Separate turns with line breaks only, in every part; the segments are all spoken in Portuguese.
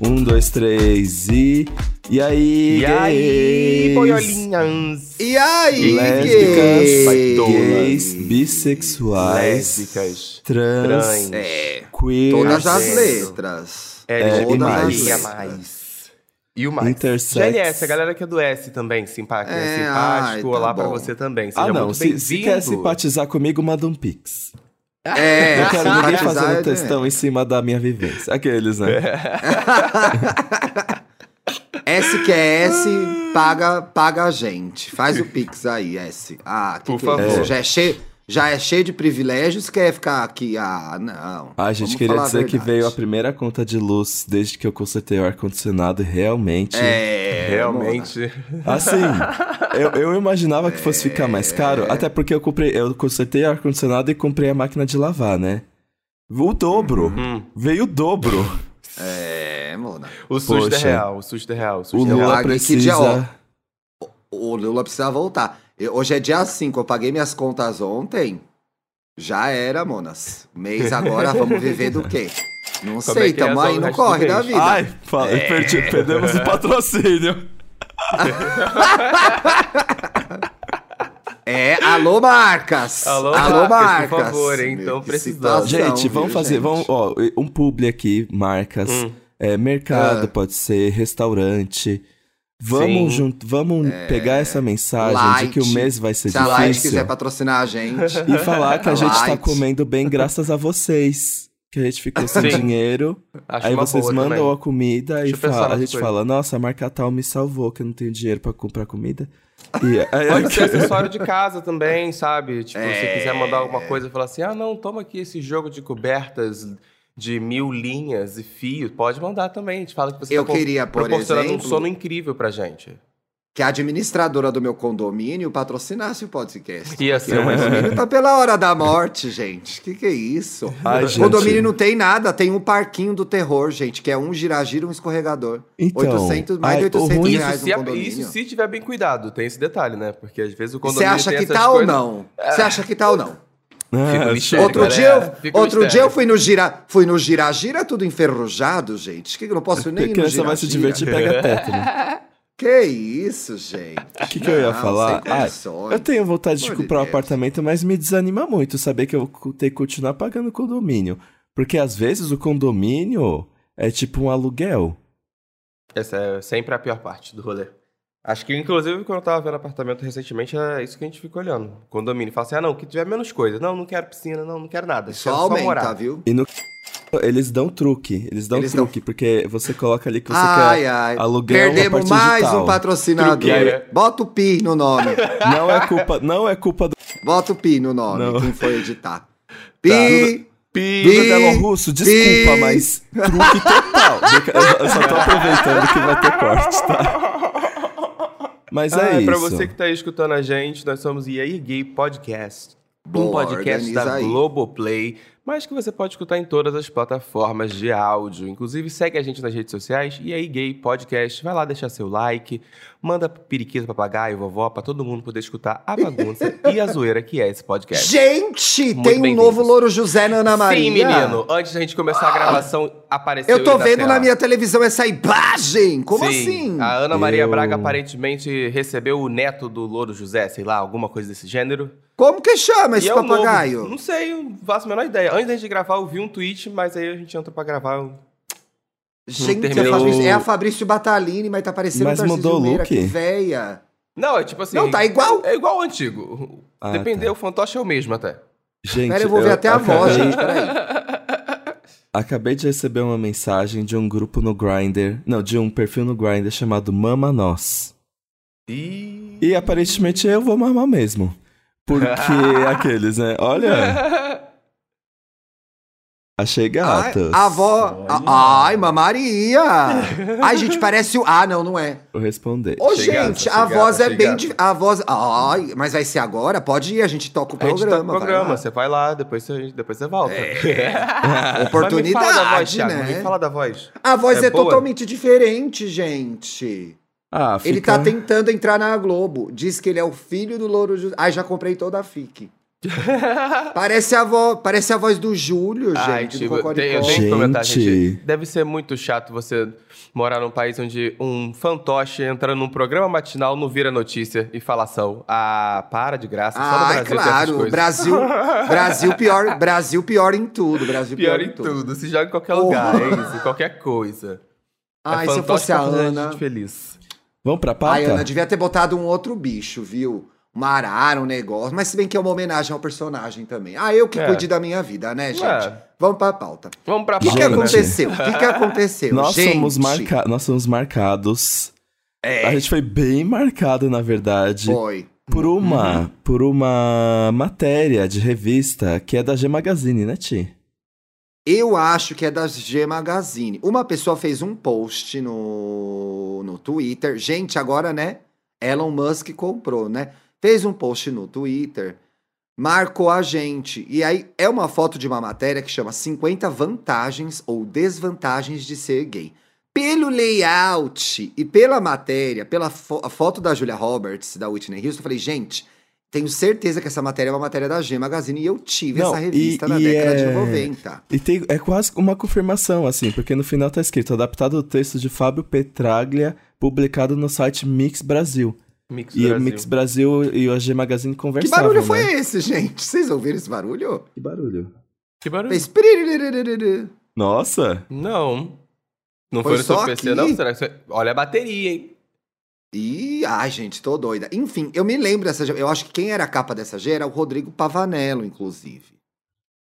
Um, dois, três e. E aí,
E aí,
gays?
boiolinhas?
E aí,
Lésbicas,
gays?
gays, bissexuais,
Lésbicas.
trans, É,
Trans.
É,
queer,
todas
Tá
as
certo.
letras.
LGBT+.
Todas
as
mais. E o mais.
intersex.
GLS, a galera que é do S também, simpático,
É,
é, simpático.
ai, tá
Olá pra
bom.
você também. Seja
Ah, não.
muito
Se, se
bem-vindo.
quer simpatizar comigo, manda um pix.
É,
Não quero ninguém
simpatizar,
fazendo
né?
textão em cima da minha vivência. Aqueles,
É.
né?
S que é S, paga, paga a gente. Faz o pix aí, S. Ah, que
Por
que é isso?
favor.
Já é cheio, já é cheio de privilégios, quer ficar aqui? Ah, não.
A gente
Vamos
queria
falar
dizer que
verdade.
veio a primeira conta de luz desde que eu consertei o ar-condicionado e realmente.
É,
Realmente.
Assim, eu, eu imaginava que fosse ficar mais caro, até porque eu comprei, eu consertei o ar-condicionado e comprei a máquina de lavar, né? O dobro.
Hum.
Veio o dobro.
Mona. É, Mona.
O susto é
Poxa.
real, o susto é real. O
O
susto é real.
Lula
paguei esse dia,
precisa.
O Lula precisa voltar. Eu- hoje é dia 5, eu paguei minhas contas ontem. Já era, Monas. Mês agora, vamos viver do quê? Não
é
sei,
que é
tamo
só
aí
o
no
resto do
corre da
mês?
vida.
Ai, fala, perdi, perdemos o patrocínio.
É, alô, Marcas!
Alô, Marcas, por favor, hein? Então
Meu, que
precisamos.
situação,
gente,
viu,
vamos fazer,
gente?
vamos, ó, um publi aqui, marcas,
Hum.
é, mercado,
Ah.
pode ser, restaurante. Vamos,
Sim.
jun- vamos pegar essa mensagem de que o
É. Light.
mês vai ser
Se a Light
é difícil.
quiser patrocinar a gente.
E falar que a gente tá
Light.
comendo bem graças a vocês. Que a gente ficou sem
Sim.
dinheiro.
Acho
aí
uma
vocês
boa
mandam
também.
a comida
Deixa
e
eu pensar
fala, a
nas
gente
coisas.
fala, nossa, a marca tal me salvou, que eu não tenho dinheiro pra comprar comida. E aí,
Pode ser acessório de casa também, sabe? Tipo, se
É.
quiser mandar alguma coisa, falar assim: ah, não, toma aqui esse jogo de cobertas de mil linhas e fios. Pode mandar também. A gente fala que você
Eu
tá
queria, por
proporcionando um
exemplo,
sono incrível pra gente.
que é a administradora do meu condomínio patrocinasse o podcast.
Ia ser uma
O menino tá pela hora da morte, gente. Que que é isso?
Ai,
O
gente.
Condomínio não tem nada, tem um parquinho do terror, gente, que é um gira-gira, um escorregador.
Então,
800, mais de
ai, o
800
ruim-
reais
Isso se,
um
a-
condomínio.
isso se tiver bem cuidado, tem esse detalhe, né? Porque às vezes o
Você
condomínio.
acha
tem
que
essas
tá
coisas-
ou não? Você acha que tá ou não?
Fica o
Ah,
mistério,
outro
galera.
dia,
Fica
eu,
o
outro
mistério.
dia eu fui no gira, fui no gira gira tudo enferrujado, gente. Que que eu não posso nem ir no
criança
gira,
vai se divertir e pega teto, né?
Que isso, gente?
O que, que eu ia
Não,
falar?
sem
Ah,
condições.
eu tenho vontade de
Pelo
comprar um
Deus.
apartamento, mas me desanima muito saber que eu cu- ter que continuar pagando condomínio. Porque às vezes o condomínio é tipo um aluguel.
Essa é sempre a pior parte do rolê. Acho que, inclusive, quando eu tava vendo apartamento recentemente, é isso que a gente fica olhando. Condomínio. Fala assim, ah, não, que tiver menos coisa. Não, não quero piscina, não, não quero nada.
Só
quero
aumenta,
morar.
viu?
Eles dão truque, eles dão
Eles dão-
truque, porque você coloca ali que você quer
Ai, ai.
aluguel
Perdemos
uma parte
mais
digital.
um patrocinador.
Truqueira.
Bota o pi no nome.
Não é culpa, não é culpa do
Bota o pi no nome,
Não.
quem foi
Tá.
editar. Pi,
Pedro Delo Russo, desculpa,
pi.
mas truque total. Eu só tô aproveitando que vai ter corte, tá? Mas é
Ah,
isso.
Pra você que tá aí escutando a gente, nós somos E aí Gay Podcast. Um
Boa,
podcast
organiza
da
aí.
Globoplay, mas que você pode escutar em todas as plataformas de áudio. Inclusive, segue a gente nas redes sociais, e aí Gay Podcast. Vai lá deixar seu like, manda periquita, papagaio, vovó, pra todo mundo poder escutar a bagunça e a zoeira que é esse podcast.
Gente,
Muito
tem um
bem-vindos.
novo Louro José na Ana Maria.
Sim, menino, antes da gente começar a gravação, apareceu
Eu tô
ele
vendo
tela.
na minha televisão essa imagem. Como
Sim, Ah.
assim?
A Ana Maria
Eu-
Braga aparentemente recebeu o neto do Louro José, sei lá, alguma coisa desse gênero.
Como que chama esse
E é o novo.
papagaio?
Não sei, eu não faço a menor ideia. Antes da gente gravar, eu vi um tweet, mas aí a gente entra pra gravar. um- eu-
Gente,
terminou.
a Fabrício- é a Fabrício Batalini, mas tá parecendo
Mas
o Tarcísio
mudou o
Meira,
look?
que véia.
Não, é tipo assim.
Não, tá igual.
É igual ao antigo.
Ah,
Depender,
tá.
o fantoche é o mesmo até.
Gente,
Pera, eu vou ver até a voz,
acabei,
gente, peraí.
acabei de receber uma mensagem de um grupo no Grindr, não, de um perfil no Grindr chamado Mama Nós.
E.
E aparentemente eu vou mamar mesmo. Porque aqueles, né? Olha,
É
achei
Ai,
gatos.
a avó... a- ai, mamaria! Ai, gente, parece o... Ah, não, não é.
Vou responder.
Ô,
Achei gato,
gente,
achei
a
gato,
voz é
achei
bem...
gato.
dif- A voz... Ai, mas vai ser agora? Pode ir, a gente toca o
A gente tá
programa.
no
vai
programa,
lá. É.
você vai lá, depois você, depois você volta.
Oportunidade,
Mas me fala da voz, Thiago,
né?
me fala da voz.
A voz
É
é,
boa?
totalmente diferente, gente.
Ah,
tá
fica...
Ele tá tentando entrar na Globo. Diz que ele é o filho do Louro José. Ai, já comprei toda a FIC. Parece a, vo... Parece a voz do Júlio, gente.
Ai,
do
Tigo,
Cocoricó.
Ah, tem, eu tenho que comentar, gente.
Gente.
Deve ser muito chato você morar num país onde um fantoche entra num programa matinal, não vira notícia e falação. Ah, para de graça. Só no
Ah,
Brasil tem essas
claro.
coisas.
Brasil, Brasil pior, Brasil pior em tudo. Brasil
Pior em tudo. Se joga em qualquer lugar, é isso. Qualquer coisa.
Ai,
é
Ah, se eu fosse a
fantoche pra fazer
Ana.
gente feliz.
Vamos pra pauta?
Ai, Ana, devia ter botado um outro bicho, viu? Uma arara, um negócio. Mas se bem que é uma homenagem ao personagem também. Ah, eu que
É.
cuide da minha vida, né, gente?
É.
Vamos pra pauta.
Vamos pra né?
O que, que
Gente.
aconteceu? O que, que aconteceu?
né? Nós,
gente,
somos marca... Nós somos marcados.
É.
A gente foi bem marcado, na verdade,
Foi.
por uma
Uhum.
por uma matéria de revista que é da G Magazine, né, Ti?
Eu acho que é da G Magazine. Uma pessoa fez um post no, no Twitter. Gente, agora, né? Elon Musk comprou, né? Fez um post no Twitter, marcou a gente. E aí é uma foto de uma matéria que chama 50 vantagens ou desvantagens de ser gay. Pelo layout e pela matéria, pela fo- a foto da Julia Roberts, da Whitney Houston, eu falei, gente, tenho certeza que essa matéria é uma matéria da G Magazine e eu tive
Não,
essa revista
e-
na
e
década de
é-
90.
E tem, é quase uma confirmação, assim, porque no final tá escrito adaptado do texto de Fábio Petraglia, publicado no site Mix Brasil.
Mix
e
Brasil.
o Mix Brasil e a G Magazine
Que
conversavam,
barulho
né?
foi esse, gente? Vocês ouviram esse barulho?
Que barulho.
Que barulho?
Fez piriririririri.
Nossa!
Não. Não
Foi
foi, no seu
só
PC,
aqui?
não? Será que você... Olha a bateria, hein?
Ih, ai, gente, tô doida. Enfim, eu me lembro dessa. G. Eu acho que quem era a capa dessa G era o Rodrigo Pavanello, inclusive.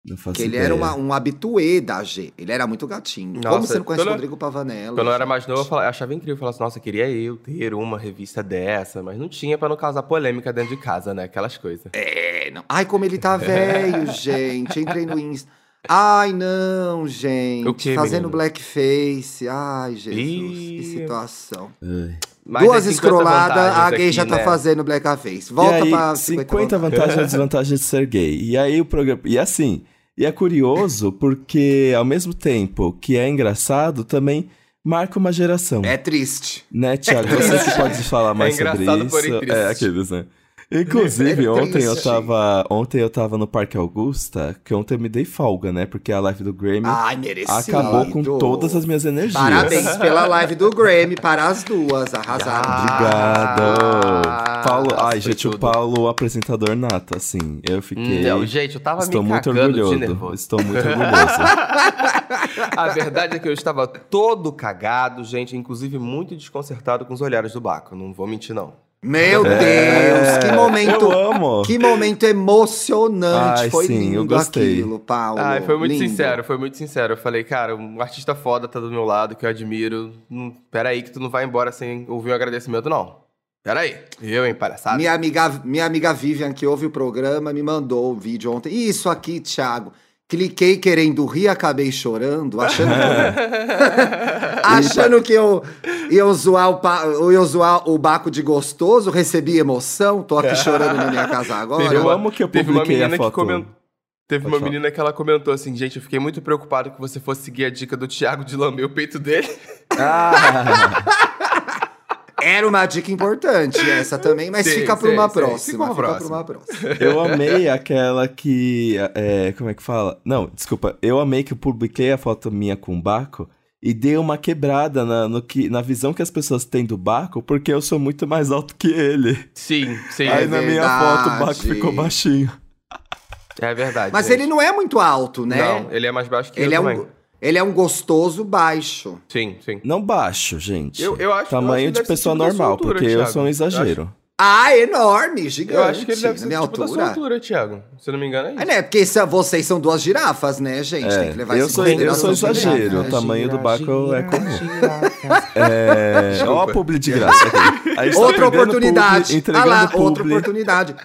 Não faço
Que ele
ideia.
era uma- um habituê da G. Ele era muito gatinho.
Nossa,
Como você não conhece o
quando-
Rodrigo Pavanello?
Quando eu era mais
gente?
novo, eu, falava, eu achava incrível. Eu falava assim, nossa, queria eu ter uma revista dessa. Mas não tinha pra não causar polêmica dentro de casa, né? Aquelas coisas.
É, não. Ai, como ele tá velho, gente. Entrei no Insta. Ai, não, gente.
O quê,
Fazendo
menino?
blackface. Ai, Jesus. Que
Ih.
situação.
Ai.
Mas
Duas
é 50
escroladas, a
vantagens
gay
aqui,
já tá
né?
fazendo blackface. Volta
e aí,
pra um.
50 vantagens e desvantagens de ser gay. E aí o programa. E assim, e é curioso porque ao mesmo tempo que é engraçado, também marca uma geração.
É triste.
Né, Thiago? Você que pode falar mais sobre
engraçado,
isso.
porém triste.
É, aqueles, né? Inclusive,
É
ontem eu
triste.
tava. Ontem eu tava no Parque Augusta, que ontem eu me dei folga, né? Porque a live do Grammy
Ai, merecido.
acabou com todas as minhas energias.
Ah, Parabéns pela live do Grammy para as duas.
Ah,
Arrasaram.
Obrigado.
Ah,
Paulo,
nossa,
ai,
foi
gente, o
tudo.
Paulo, o apresentador nato, assim. Eu fiquei.
Então,
Não, Então, gente, eu tava
Estou
me
muito
cagando de
orgulhoso.
nervoso.
Estou muito orgulhoso.
A verdade é que eu estava todo cagado, gente, inclusive muito desconcertado com os olhares do Baco. Não vou mentir, não.
Meu
É,
Deus, Então, que momento.
Eu amo.
Que momento emocionante.
Ai,
foi
sim,
lindo
eu gostei.
aquilo, Paulo.
Ai, foi muito
Lindo.
sincero, foi muito sincero. Eu falei, cara, um artista foda tá do meu lado, que eu admiro. Hum, peraí, que tu não vai embora sem ouvir um agradecimento, não. Peraí. Eu, hein, palhaçada.
Minha amiga, minha amiga Vivian, que ouve o programa, me mandou o vídeo ontem. Isso aqui, Thiago. Cliquei querendo rir, acabei chorando,
É,
achando que eu Achando que eu ia zoar, o pa- eu ia zoar o Baco de gostoso, recebi emoção, tô aqui chorando na minha casa
Teve
Eu
uma-
agora.
amo que eu
Teve uma
publiquei a
menina que
foto.
comentou. Teve
Pode
uma
falar.
menina que ela comentou assim, gente, eu fiquei muito preocupado que você fosse seguir a dica do Thiago de lamber o peito dele.
Ah,
Era uma dica importante essa também, mas
Sim,
fica pra
sim,
uma
sim.
próxima.
Fica pra
Fica pra uma próxima.
eu amei aquela que. é, como é que fala? Não, desculpa. Eu amei que eu publiquei a foto minha com o Baco e dei uma quebrada na, no que, na visão que as pessoas têm do Baco, porque eu sou muito mais alto que ele.
Sim, sim.
Aí na minha foto o Baco
verdade.
ficou baixinho.
É verdade.
Mas
gente.
ele não é muito alto, né?
Não, ele é mais baixo que
ele,
eu
é
também.
um, ele é um gostoso baixo.
Sim, sim.
Não baixo, gente.
Eu- eu acho- eu acho que
Tamanho
ele deve
de
ser
pessoa
tipo da sua
normal,
altura,
porque eu
Thiago.
sou um
Eu acho-
exagero.
Ah, enorme, gigante.
Eu acho que ele deve
na
ser
minha
tipo da sua
altura.
altura, Thiago. Se eu não me engano, é isso.
É, né? Porque isso- vocês são duas girafas, né, gente? Tem que levar
É, eu
isso
sou-
em
eu sou
consideração também,
exagero,
né?
o tamanho do Baco é comum. É, ó,
Desculpa.
a publi de graça. aqui. A gente tá
Outra
perdendo publi,
oportunidade.
entregando
ah lá,
publi. É.
outra oportunidade.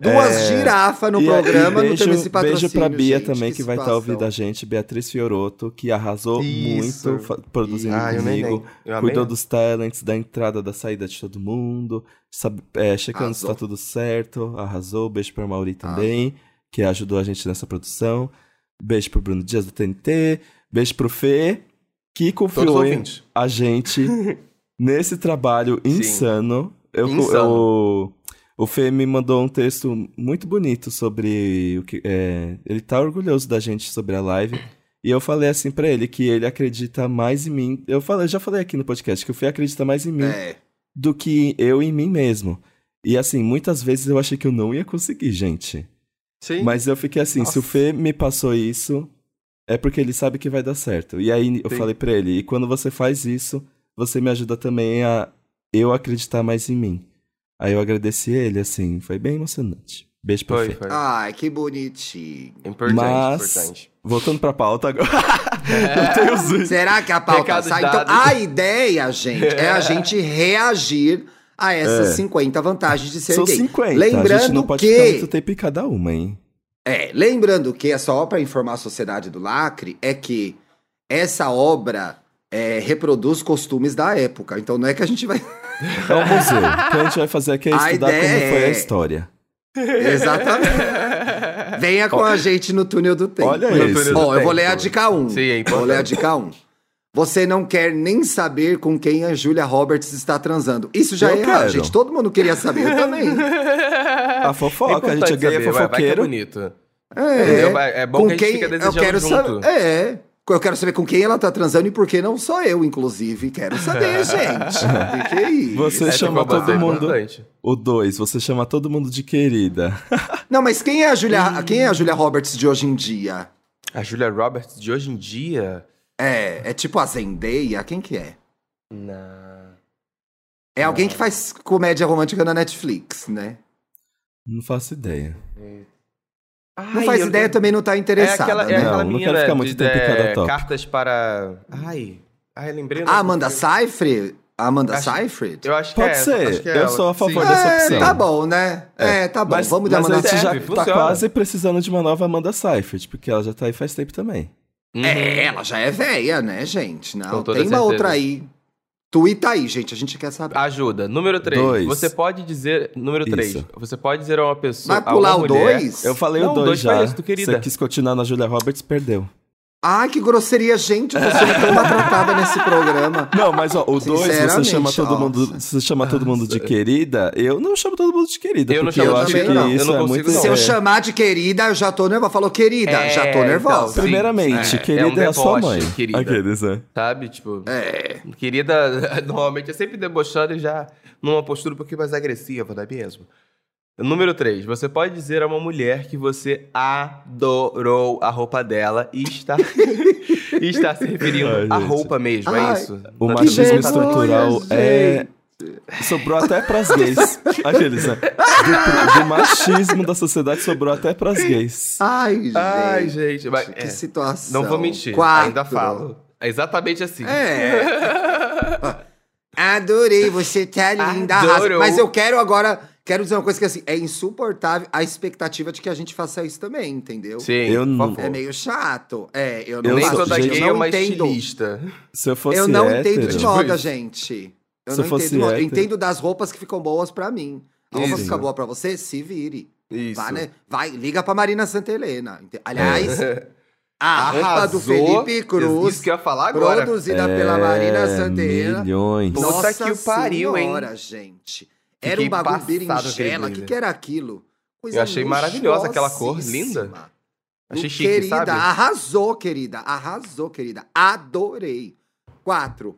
Duas girafas Tá no
E- e
programa, não
beijo,
teve esse patrocínio.
Beijo pra Bia
gente,
também, que, vai estar
situação.
ouvindo a gente. Beatriz Fioroto, que arrasou
Isso.
muito fa- produzindo
Ah, eu nem
comigo.
lembro.
tá
Eu amei.
Cuidou dos talents, da entrada, da saída de todo mundo. sabe- é, checando se
Arrasou.
tá tudo certo. Arrasou. Beijo pra Mauri também, que ajudou a gente nessa produção. Beijo pro Bruno Dias do TNT. Beijo pro Fê, que
Todos
confiou em
ouvintes.
a gente nesse trabalho
Sim.
insano. Eu,
Insano.
eu- O Fê me mandou um texto muito bonito sobre o que. é, ele tá orgulhoso da gente sobre a live. E eu falei assim pra ele que ele acredita mais em mim. Eu falei, já falei aqui no podcast que o Fê acredita mais em mim
É.
do que eu em mim mesmo. E assim, muitas vezes eu achei que eu não ia conseguir, gente.
Sim.
Mas eu fiquei assim, se o
Nossa.
Fê me passou isso, é porque ele sabe que vai dar certo. E aí eu
Sim.
falei pra ele, e quando você faz isso, você me ajuda também a eu acreditar mais em mim. Aí eu agradeci ele, assim, foi bem emocionante. Beijo pro
foi,
Fê.
foi.
Ai, que bonitinho.
importante,
Mas-
importante.
Voltando pra pauta agora. não tem os dois.
Será que a pauta
Recados
sai? Então,
dados.
a ideia, gente, é a gente reagir a essas
É.
50 vantagens de ser
São
gay.
50. a gente
Lembrando
não pode
que-
ficar muito tempo em cada uma, hein?
É, lembrando que é só para informar a sociedade do lacre, é que essa obra é, reproduz costumes da época. Então não é que a gente vai.
É um museu. o que a gente vai fazer aqui é
A
estudar como
ideia
foi a
é-
história.
Exatamente. Venha com a gente no túnel do tempo.
Olha
No
isso.
túnel do
É Bom, eu vou
tempo.
ler a dica 1.
Sim, é
vou ler a
importante.
dica 1. Você não quer nem saber com quem a Julia Roberts está transando. Isso já
Eu
é errado,
quero.
gente. Todo mundo queria saber. Eu também.
A fofoca, a gente é
É, importante
gay, é
saber, vai- vai que é
fofoqueiro.
bonito.
É.
Entendeu? É, é bom
com
que a gente
quem
fica
eu
desejando
quero
junto.
saber. É. Eu quero saber com quem ela tá transando e por que não só eu, inclusive. Quero saber, gente. Que que é isso?
Você
Essa
chama
informação
todo
é
mundo.
importante.
O 2, você chama todo mundo de querida.
Não, mas quem é a
Hum.
Julia, quem é a Julia Roberts de hoje em dia?
A Julia Roberts de hoje em dia...
É, é tipo a Zendaya? Quem que é?
Na...
É alguém que faz comédia romântica na Netflix, né?
Não faço ideia.
Não
Ai,
faz
eu-
ideia, também não tá
É
interessada,
aquela, é
né?
Não,
aquela
não
menina
quero ficar muito
de,
tempo em
é,
cada tópico.
cartas para... Ai, ai, lembrei. o
A
nome
Amanda
do filme.
Seyfried? A Amanda
Acho-
Seyfried?
Eu acho que
Pode
é essa,
ser,
acho que
eu
ela.
sou a favor
Sim.
dessa-
É,
opção.
tá bom, né? É, tá bom.
mas
Vamos dar
mas
uma
a gente
Seyfried.
já
nossa.
Serve,
tá
funciona.
quase precisando de uma nova Amanda Seyfried, porque ela já tá aí faz tempo também.
Uhum.
É, ela já é velha, né, gente? Não,
Com
tem
toda
uma
certeza. Ah,
outra aí. Tuita aí, gente. A gente quer saber.
Ajuda. Número 3.
Dois.
Você pode dizer. Número 3.
Isso.
Você pode dizer a uma pessoa.
Vai pular
a uma
o
mulher-
2?
Eu falei
Não,
o 2
dois
já.
parece do querida.
Você quis continuar na Julia Roberts, perdeu.
Ai, que grosseria, gente. Você é tão maltratada nesse programa.
Não, mas ó, o 2 você
Sinceramente,
chama todo
nossa.
mundo, você chama todo mundo de querida. Eu não chamo todo mundo de querida,
Eu não
porque
chamo
eu
de
acho que
querida, não. Eu
isso
não
é
consigo,
muito
não.
Se eu
é.
chamar de querida, eu já tô nervosa. Falou, querida,
É,
já tô nervosa.
então,
Primeiramente,
Sim, é,
querida é,
é um
a sua
deboche,
mãe.
querida.
Aqueles, é.
Sabe? Tipo,
É.
querida, normalmente é sempre debochando e já numa postura um pouquinho mais agressiva, não é mesmo? Número 3. Você pode dizer a uma mulher que você adorou a roupa dela e está, e está se referindo
Ai,
à
gente.
roupa mesmo,
Ai,
é isso?
O
Tá
machismo
tudo bem, tá tudo bem.
estrutural é. Sobrou até pras gays. Aqueles, né? Do, do machismo da sociedade sobrou até pras gays.
Ai, gente.
Ai, gente. Mas,
que
é,
situação.
não vou mentir,
Quatro.
ainda falo. É exatamente assim.
É. Adorei, você tá linda. arrasa.
Adorou.
Mas eu quero agora. Quero dizer uma coisa que assim, é insuportável a expectativa de que a gente faça isso também, entendeu?
Sim,
Eu
por
não-
favor.
É meio chato. É, eu não
Eu
Nem
sou-
toda
gente,
gay
eu
é
não
uma
entendo.
estilista.
Se eu fosse
eu não
hétero,
entendo de
Tipo
moda,
isso.
gente. Eu
Se
não
eu fosse
entendo de moda. Eu
hétero.
entendo das roupas que ficam boas pra mim. A roupa
Isso.
fica boa pra você, se vire.
Isso. É.
Vá, né? Vai, liga pra Marina Santelena. Ente- Aliás, a roupa do
Arrasou.
Felipe Cruz,
Isso que eu ia falar agora. É,
produzida pela Marina Santelena,
é Milhões.
Puta
Nossa
que o pariu, hein?
senhora, gente.
Fiquei
Era um bagulho
passado aquele
berinjela. O que,
blazer.
que era aquilo? Coisa
Eu achei maravilhosa aquela cor,
luxuosíssima.
linda. Achei chique,
querida,
sabe?
arrasou, querida. Arrasou, querida. Adorei. Quatro.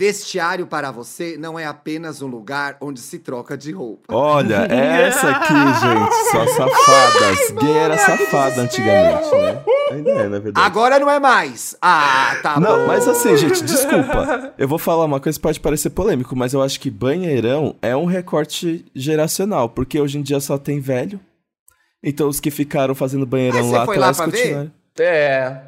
Vestiário para você não é apenas um lugar onde se troca de roupa.
Olha, essa aqui, gente, só safadas. Gay era safada antigamente, né? Ainda é, na verdade.
Agora não é mais. Ah, tá
Não,
bom.
mas assim, gente, desculpa. Eu vou falar uma coisa que pode parecer polêmico, mas eu acho que banheirão é um recorte geracional, porque hoje em dia só tem velho. Então os que ficaram fazendo banheirão
Mas você
lá
foi lá
atrás
pra ver?
continuaram.
É.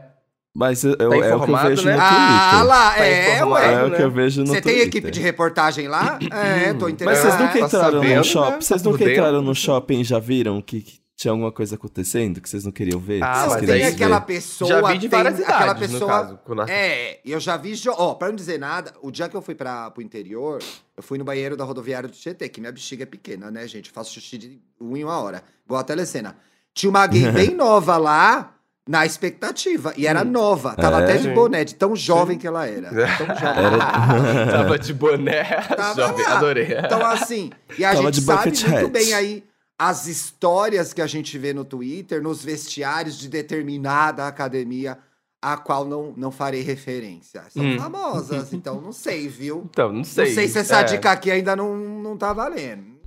Mas eu, eu-
Tá
é o que eu
informado,
vejo
né?
no Twitter.
Ah, lá,
Tá
é,
informado,
ué.
é o que
né?
eu vejo no
Você tem
Twitter. Uhum.
equipe de reportagem lá? É, tô
Mas
interessado.
vocês
Ah,
nunca
tá
entraram
sabendo,
num shopping.
né?
Vocês
Tá por
nunca
dentro.
entraram num shopping e já viram que, que tinha alguma coisa acontecendo que vocês não queriam ver?
Ah,
que vocês
Não,
mas
queriam
tem
aí-
ver?
é aquela pessoa,
Já vi de
tem
várias idades,
aquela
no
pessoa
caso. quando-
É, eu já vi. jo- Ó, pra não dizer nada, o dia que eu fui pra, pro interior, eu fui no banheiro da rodoviária do Tietê, que minha bexiga é pequena, né, gente? Eu faço xixi de um em uma hora, igual a telecena. Tinha uma gay bem nova lá, na expectativa. E era nova. Tava
É?
até de
Sim.
boné, de tão jovem que ela era. Tão jovem.
Tava de boné,
então Tava
jovem,
lá.
adorei.
Então, assim, e a
Tava
gente
de
sabe
bucket
muito
hat.
bem aí as histórias que a gente vê no Twitter, nos vestiários de determinada academia, a qual não, não farei referência. São
Hum.
famosas, então não sei, viu?
Então, não sei.
Não sei se essa
É.
dica aqui ainda não, não tá valendo.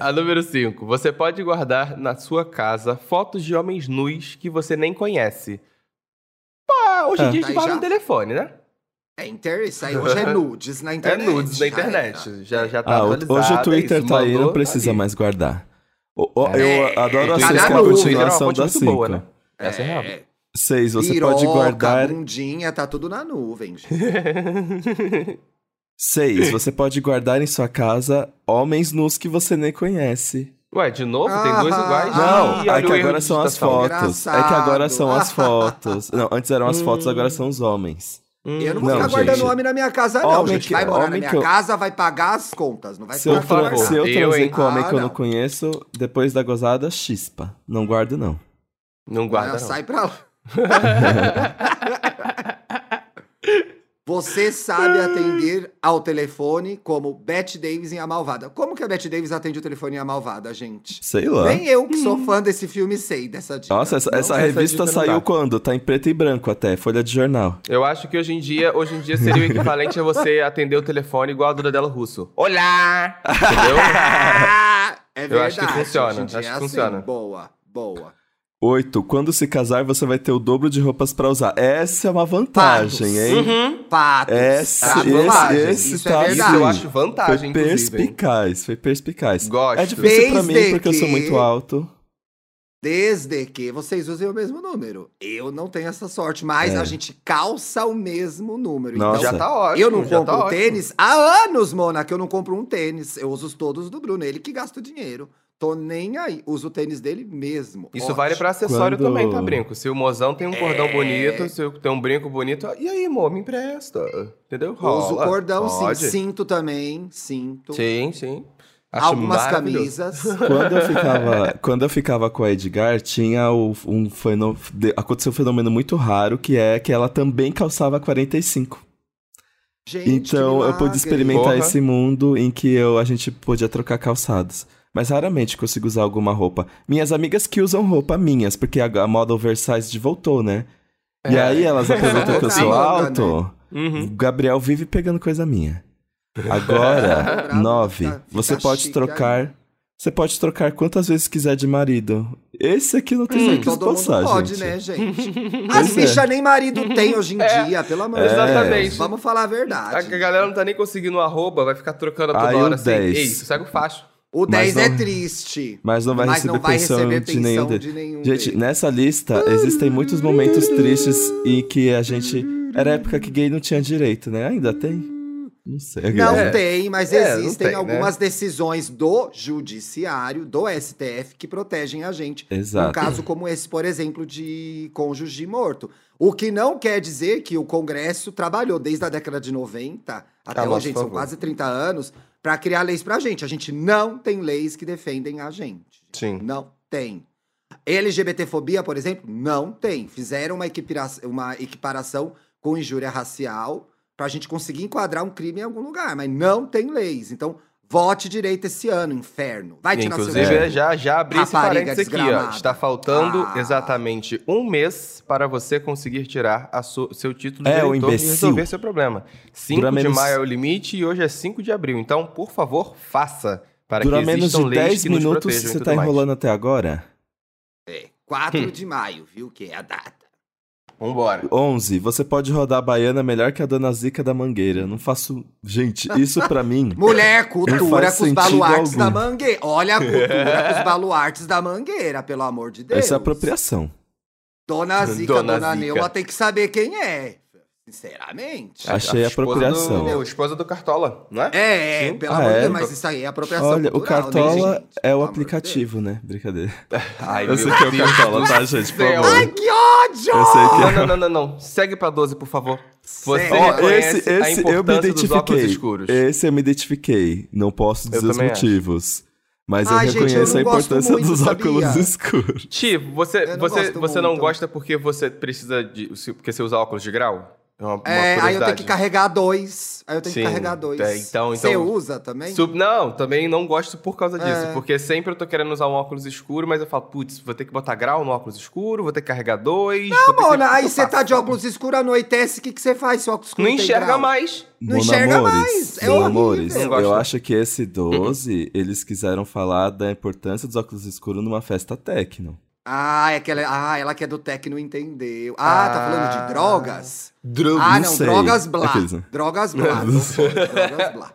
A número 5. Você pode guardar na sua casa fotos de homens nus que você nem conhece. Pá, hoje em
Ah.
dia a gente
Aí
fala
já-
no telefone, né?
É interesse, isso aí hoje é nudes na
É
internet. tá,
nudes na
já era.
internet. Já, já tá
Ah, o-
atualizado.
hoje o
é
Twitter
isso,
tá aí,
mandou,
não
tá
precisa
ali.
mais guardar. O- o-
É,
eu
Tá
adoro
o
as
Twitter
coisas que
é uma
é a
boa,
continuação
fonte
da
muito boa,
5.
né? Essa é, real.
6, Ah, você
Piroca,
pode guardar. Hum,
bundinha, tá tudo na nuvem, gente.
6. Você pode guardar em sua casa homens nus que você nem conhece.
Ué, de novo? Tem duas
Ah,
iguais?
Não,
Ih,
é
olha
que
o erro
agora
de
são as
digitação.
fotos. É que agora
Engraçado.
são as fotos. Não, antes eram as
Hum.
fotos, agora são os homens.
Hum,
Eu não vou
Não,
ficar guardando
gente.
homem na minha casa, não,
Homem
gente.
que-
Vai morar na
homem
minha
que eu-
casa, vai pagar as contas. Não vai
Se eu,
ficar
por
tra
favor.
se eu
Eu,
transei
hein?
com um homem
Ah,
que eu não
não.
conheço, depois da gozada, chispa. Não guardo, não.
Não guarda, não.
Sai pra lá. Você sabe atender ao telefone como Bette Davis em A Malvada. Como que a Bette Davis atende o telefone em A Malvada, gente?
Sei lá.
Nem eu que sou fã desse filme sei dessa dica.
Nossa, essa,
Não,
essa
essa
revista
dica não
saiu
dá.
quando? Tá em preto e branco até, folha de jornal.
Eu acho que hoje em dia, hoje em dia seria o equivalente a você atender o telefone igual a Dora Della Russo. Olá! Entendeu?
Ah, é
Eu
verdade.
acho que funciona,
Hoje em dia
acho que
é assim.
funciona.
Boa, boa.
8. Quando se casar, você vai ter o dobro de roupas pra usar. Essa é uma vantagem,
Fatos.
hein?
uhum.
Patos.
Essa-
tá?
esse-
Bobagem.
esse
Isso
tá
é
Isso
verdade.
eu
assim.
acho
Foi
vantagem, inclusive. hein?
perspicaz, foi perspicaz.
Gosto.
É difícil pra
Desde
mim, porque eu sou
que-
muito alto.
Desde que vocês usem o mesmo número. Eu não tenho essa sorte, mas
É.
a gente calça o mesmo número.
Nossa.
Então,
Já tá ótimo.
eu não
já tá
compro
ótimo.
tênis há anos, Mona, que eu não compro um tênis. Eu uso os todos do Bruno, ele que gasta o dinheiro. Tô nem aí, uso o tênis dele mesmo.
Isso
Ótimo.
vale pra acessório
Quando-
também, tá, brinco? Se o mozão tem um cordão
É.
bonito, se eu tem um brinco bonito, e aí, amor, me empresta. Entendeu?
Uso
Rola.
cordão, sim.
Pode.
Cinto também, cinto.
Sim, sim. Acho
Algumas
maravilhoso.
camisas.
Quando eu ficava, quando eu ficava com a Edgar, tinha o- um fenômeno, aconteceu um fenômeno muito raro, que é que ela também calçava 45.
Gente,
Então
que
eu pude
milagre.
experimentar
Porra.
esse mundo em que eu, a gente podia trocar calçados. Mas raramente consigo usar alguma roupa. Minhas amigas que usam roupa minhas, porque a, a moda oversized voltou, né? E
É.
aí elas aproveitam que eu
Tá
sou
moda,
alto.
Uhum.
O Gabriel vive pegando coisa minha. Agora,
Bravo,
nove.
tá-
Você
tá
pode
chique
trocar. Você pode trocar quantas vezes quiser de marido. Esse aqui não tem
Hum,
nem o que
Todo mundo
expulsar,
pode,
gente.
né, gente? As
Pois é.
bichas nem marido tem hoje em
É.
dia, pelo amor de Deus.
Exatamente.
Vamos falar a
A, a
verdade.
galera não tá nem conseguindo o arroba, vai ficar trocando a toda
Aí o
hora assim.
10.
Ei, sossega o facho.
O
Mas
10 é
não-
triste.
Mas não vai
mas
receber
não vai
pensão
receber
de nenhum
pensão
deles.
de nenhum
Gente,
deles.
nessa lista existem muitos momentos tristes em que a gente. Era a época que gay não tinha direito, né? Ainda tem? Não sei.
Não
É.
tem, mas
É, não
existem
tem, né?
algumas decisões do judiciário, do STF, que protegem a gente. Um
Exato.
caso como esse, por exemplo, de cônjuge morto. O que não quer dizer que o Congresso trabalhou desde a década de 90 até
Ah, mas,
hoje,
por
são
favor.
quase 30 anos, para criar leis pra gente. A gente não tem leis que defendem a gente.
Sim.
Não tem. LGBTfobia, por exemplo, não tem. Fizeram uma, equipara- uma equiparação com injúria racial pra gente conseguir enquadrar um crime em algum lugar, mas não tem leis. Então, vote direito esse ano, inferno. Vai tirar seu
Inclusive, é
dinheiro.
já, já abri esse
Rapariga
parênteses aqui, ó.
desgramada.
Está faltando
Ah.
exatamente um mês para você conseguir tirar a su- seu título de
É, o
eleitor e
imbecil.
resolver seu problema. 5
Dura
de
menos-
maio é o limite e hoje é 5 de abril. Então, por favor, faça. Para
Dura
que
menos
existam
de
leis
10
que nos
minutos
protejam e
você
tudo
tá
mais.
enrolando até agora?
4 de maio, viu? Que é a data.
Vambora.
11. Você pode rodar a baiana melhor que a dona Zica da Mangueira. Não faço. Gente, isso pra mim.
Mulher, cultura
faz
com os
sentido algum.
baluartes da mangueira. Olha a cultura com os baluartes da mangueira, pelo amor de Deus.
Essa é apropriação.
Dona Zica,
Dona
Dona,
Zica.
Neuma tem que saber quem é. Sinceramente.
Achei
a esposa
apropriação.
Do, esposa do Cartola, não é?
É, é,
Sim.
pelo
Ah,
amor de
é?
Deus, mas isso aí é apropriação
Olha, o
cultural, né,
Cartola
gente?
é
Pelo
o
amor de
aplicativo, né? Brincadeira.
Ai,
Eu
meu
sei que é o
Deus
Cartola,
do
tá, gente? Por favor.
céu.
Deus. Ai, que
Eu
ódio!
sei que é
Não, não, não, não, não. Segue pra 12, por favor. Você é,
Sério? Ó,
conhece
esse,
a
esse eu me
importância dos óculos
identifiquei.
escuros.
Esse eu me identifiquei. Não posso
Eu
dizer os
também acho.
motivos. Mas
Ai,
eu
gente, eu
reconheço
não
a
gosto
importância
muito,
dos
sabia?
óculos escuros.
Ti, você,
Eu não
você,
gosto
você não
muito.
gosta porque você precisa de. se- Porque você usa óculos de grau? É uma, uma
É, aí eu tenho que
curiosidade.
carregar dois. Aí eu tenho
Sim,
que carregar dois.
é, então-
Você
então-
usa também?
Sub- Não, também não gosto por causa disso.
É.
Porque sempre eu tô querendo usar um óculos escuro, mas eu falo, putz, vou ter que botar grau no óculos escuro, vou ter que carregar dois. Não,
Mona, aí você tá de óculos escuros, anoitece, o que, que você faz se o óculos escuro
Não
tem
enxerga
grau?
mais.
Não enxerga mais, é horrível.
Não gosto.
eu acho que esse 12, eles quiseram falar da importância dos óculos escuros numa festa techno.
Ah, é que ela, ah, ela que é do tech não entendeu. Ah, tá falando
Ah.
de drogas?
Drogas.
ah, não, drogas blá.
Aqueles, né?
Drogas blá.
Não
não
sei.
pode, drogas blá.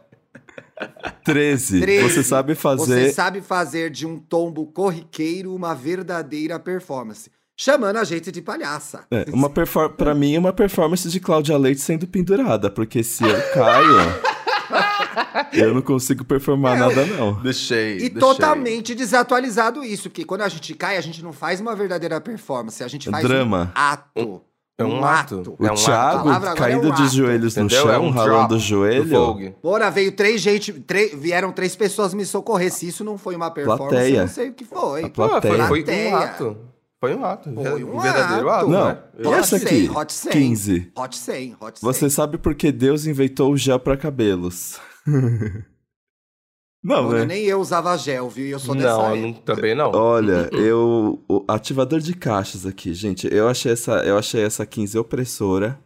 13.
13.
Você sabe fazer...
Você sabe fazer de um tombo corriqueiro uma verdadeira performance. Chamando a gente de palhaça.
É, uma perfor- pra mim, uma performance de Cláudia Leite sendo pendurada, porque se eu caio, eu não consigo performar nada, não.
Deixei.
E totalmente desatualizado isso, porque quando a gente cai, a gente não faz uma verdadeira performance, a gente faz
É Drama.
um ato.
É um ato.
O
É um ato.
Thiago
A palavra agora
caindo
é um
de
ato,
joelhos
Entendeu?
no
é
chão,
um
ralando o
Do
joelho.
Vogue.
Bora, veio três gente, tre- vieram três pessoas me socorrer. Se isso não foi uma performance,
Plateia.
eu não sei o que foi.
A
Não, foi,
Plateia.
foi um
Plateia.
ato. Foi um ato.
Foi um
um verdadeiro ato.
ato.
Não,
né?
e essa
Hot
aqui?
100, hot 100.
15.
Hot 100, hot 100.
Você sabe por que Deus inventou o gel pra cabelos? não,
Mano,
né?
nem eu usava gel, viu? E eu sou dessa
Não, eu
época.
não- também não.
Olha,
Uhum.
eu. o ativador de caixas aqui, gente. Eu achei essa, eu achei essa 15 opressora.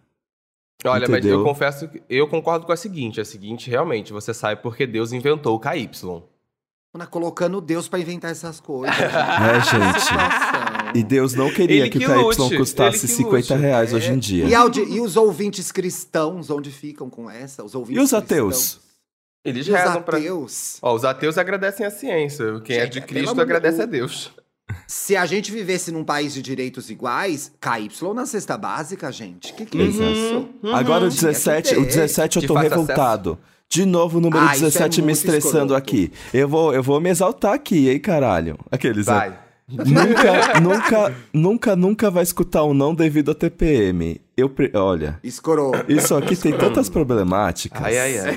Olha, mas
entendeu?
eu confesso que eu concordo com a seguinte. é A seguinte, realmente, você sai porque Deus inventou o KY.
Mano, colocando Deus pra inventar essas coisas.
É, gente. E Deus não queria
Ele
que,
que
o KY
lute,
custasse
ele que
50
lute. É,
reais hoje em dia.
E, audi- e os ouvintes cristãos, onde ficam com essa? Os ouvintes
E os
cristãos?
ateus?
Eles
E os
rezam pra...
ateus?
Ó, os ateus agradecem a ciência. Quem é
Gente,
de
pelo
Cristo
amor de
agradece a
Deus.
Deus.
Se a gente vivesse num país de direitos iguais, KY na cesta básica, gente. Que que é
Exato.
isso?
Uhum.
Agora o
Tinha que
17,
ter.
o 17 eu
Que
tô
faça
revoltado. De novo o número
Ah, isso é
17 me
muito
estressando
escroto.
aqui. Eu vou, eu vou me exaltar aqui, hein, caralho. Aqueles, né?
Vai.
Nunca, nunca, nunca, nunca vai escutar um não devido a TPM. Eu, pre- olha,
Escorou.
isso aqui tem tantas problemáticas.
Ai, ai, ai.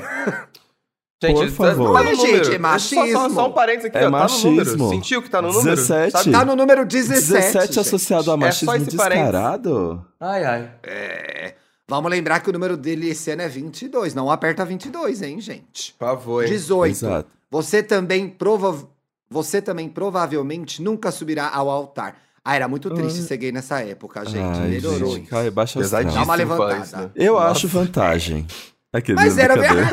Por
tá-
favor.
tá no
Mas, gente,
número.
é
Só- Só,
machismo.
só um parênteses aqui,
É
ó, tá no número.
machismo.
Sentiu que tá no número?
17.
Sabe?
Tá no número 17.
17
gente.
associado a machismo
esse parênteses.
descarado?
Ai, ai.
É. Vamos lembrar que o número dele esse ano é 22. Não aperta 22, hein, gente?
Por favor. hein?
18.
Exato.
Você também prova... Você também provavelmente nunca subirá ao altar. Ah, era muito triste ser gay nessa época, gente.
Ai,
Melhorou.
gente,
isso.
cai, baixa astral.
Pesadíssimo
Dá uma
falar
levantada.
isso, né?
Eu
Nossa.
acho vantagem. Aqueles,
Mas
né,
era
brincadeira.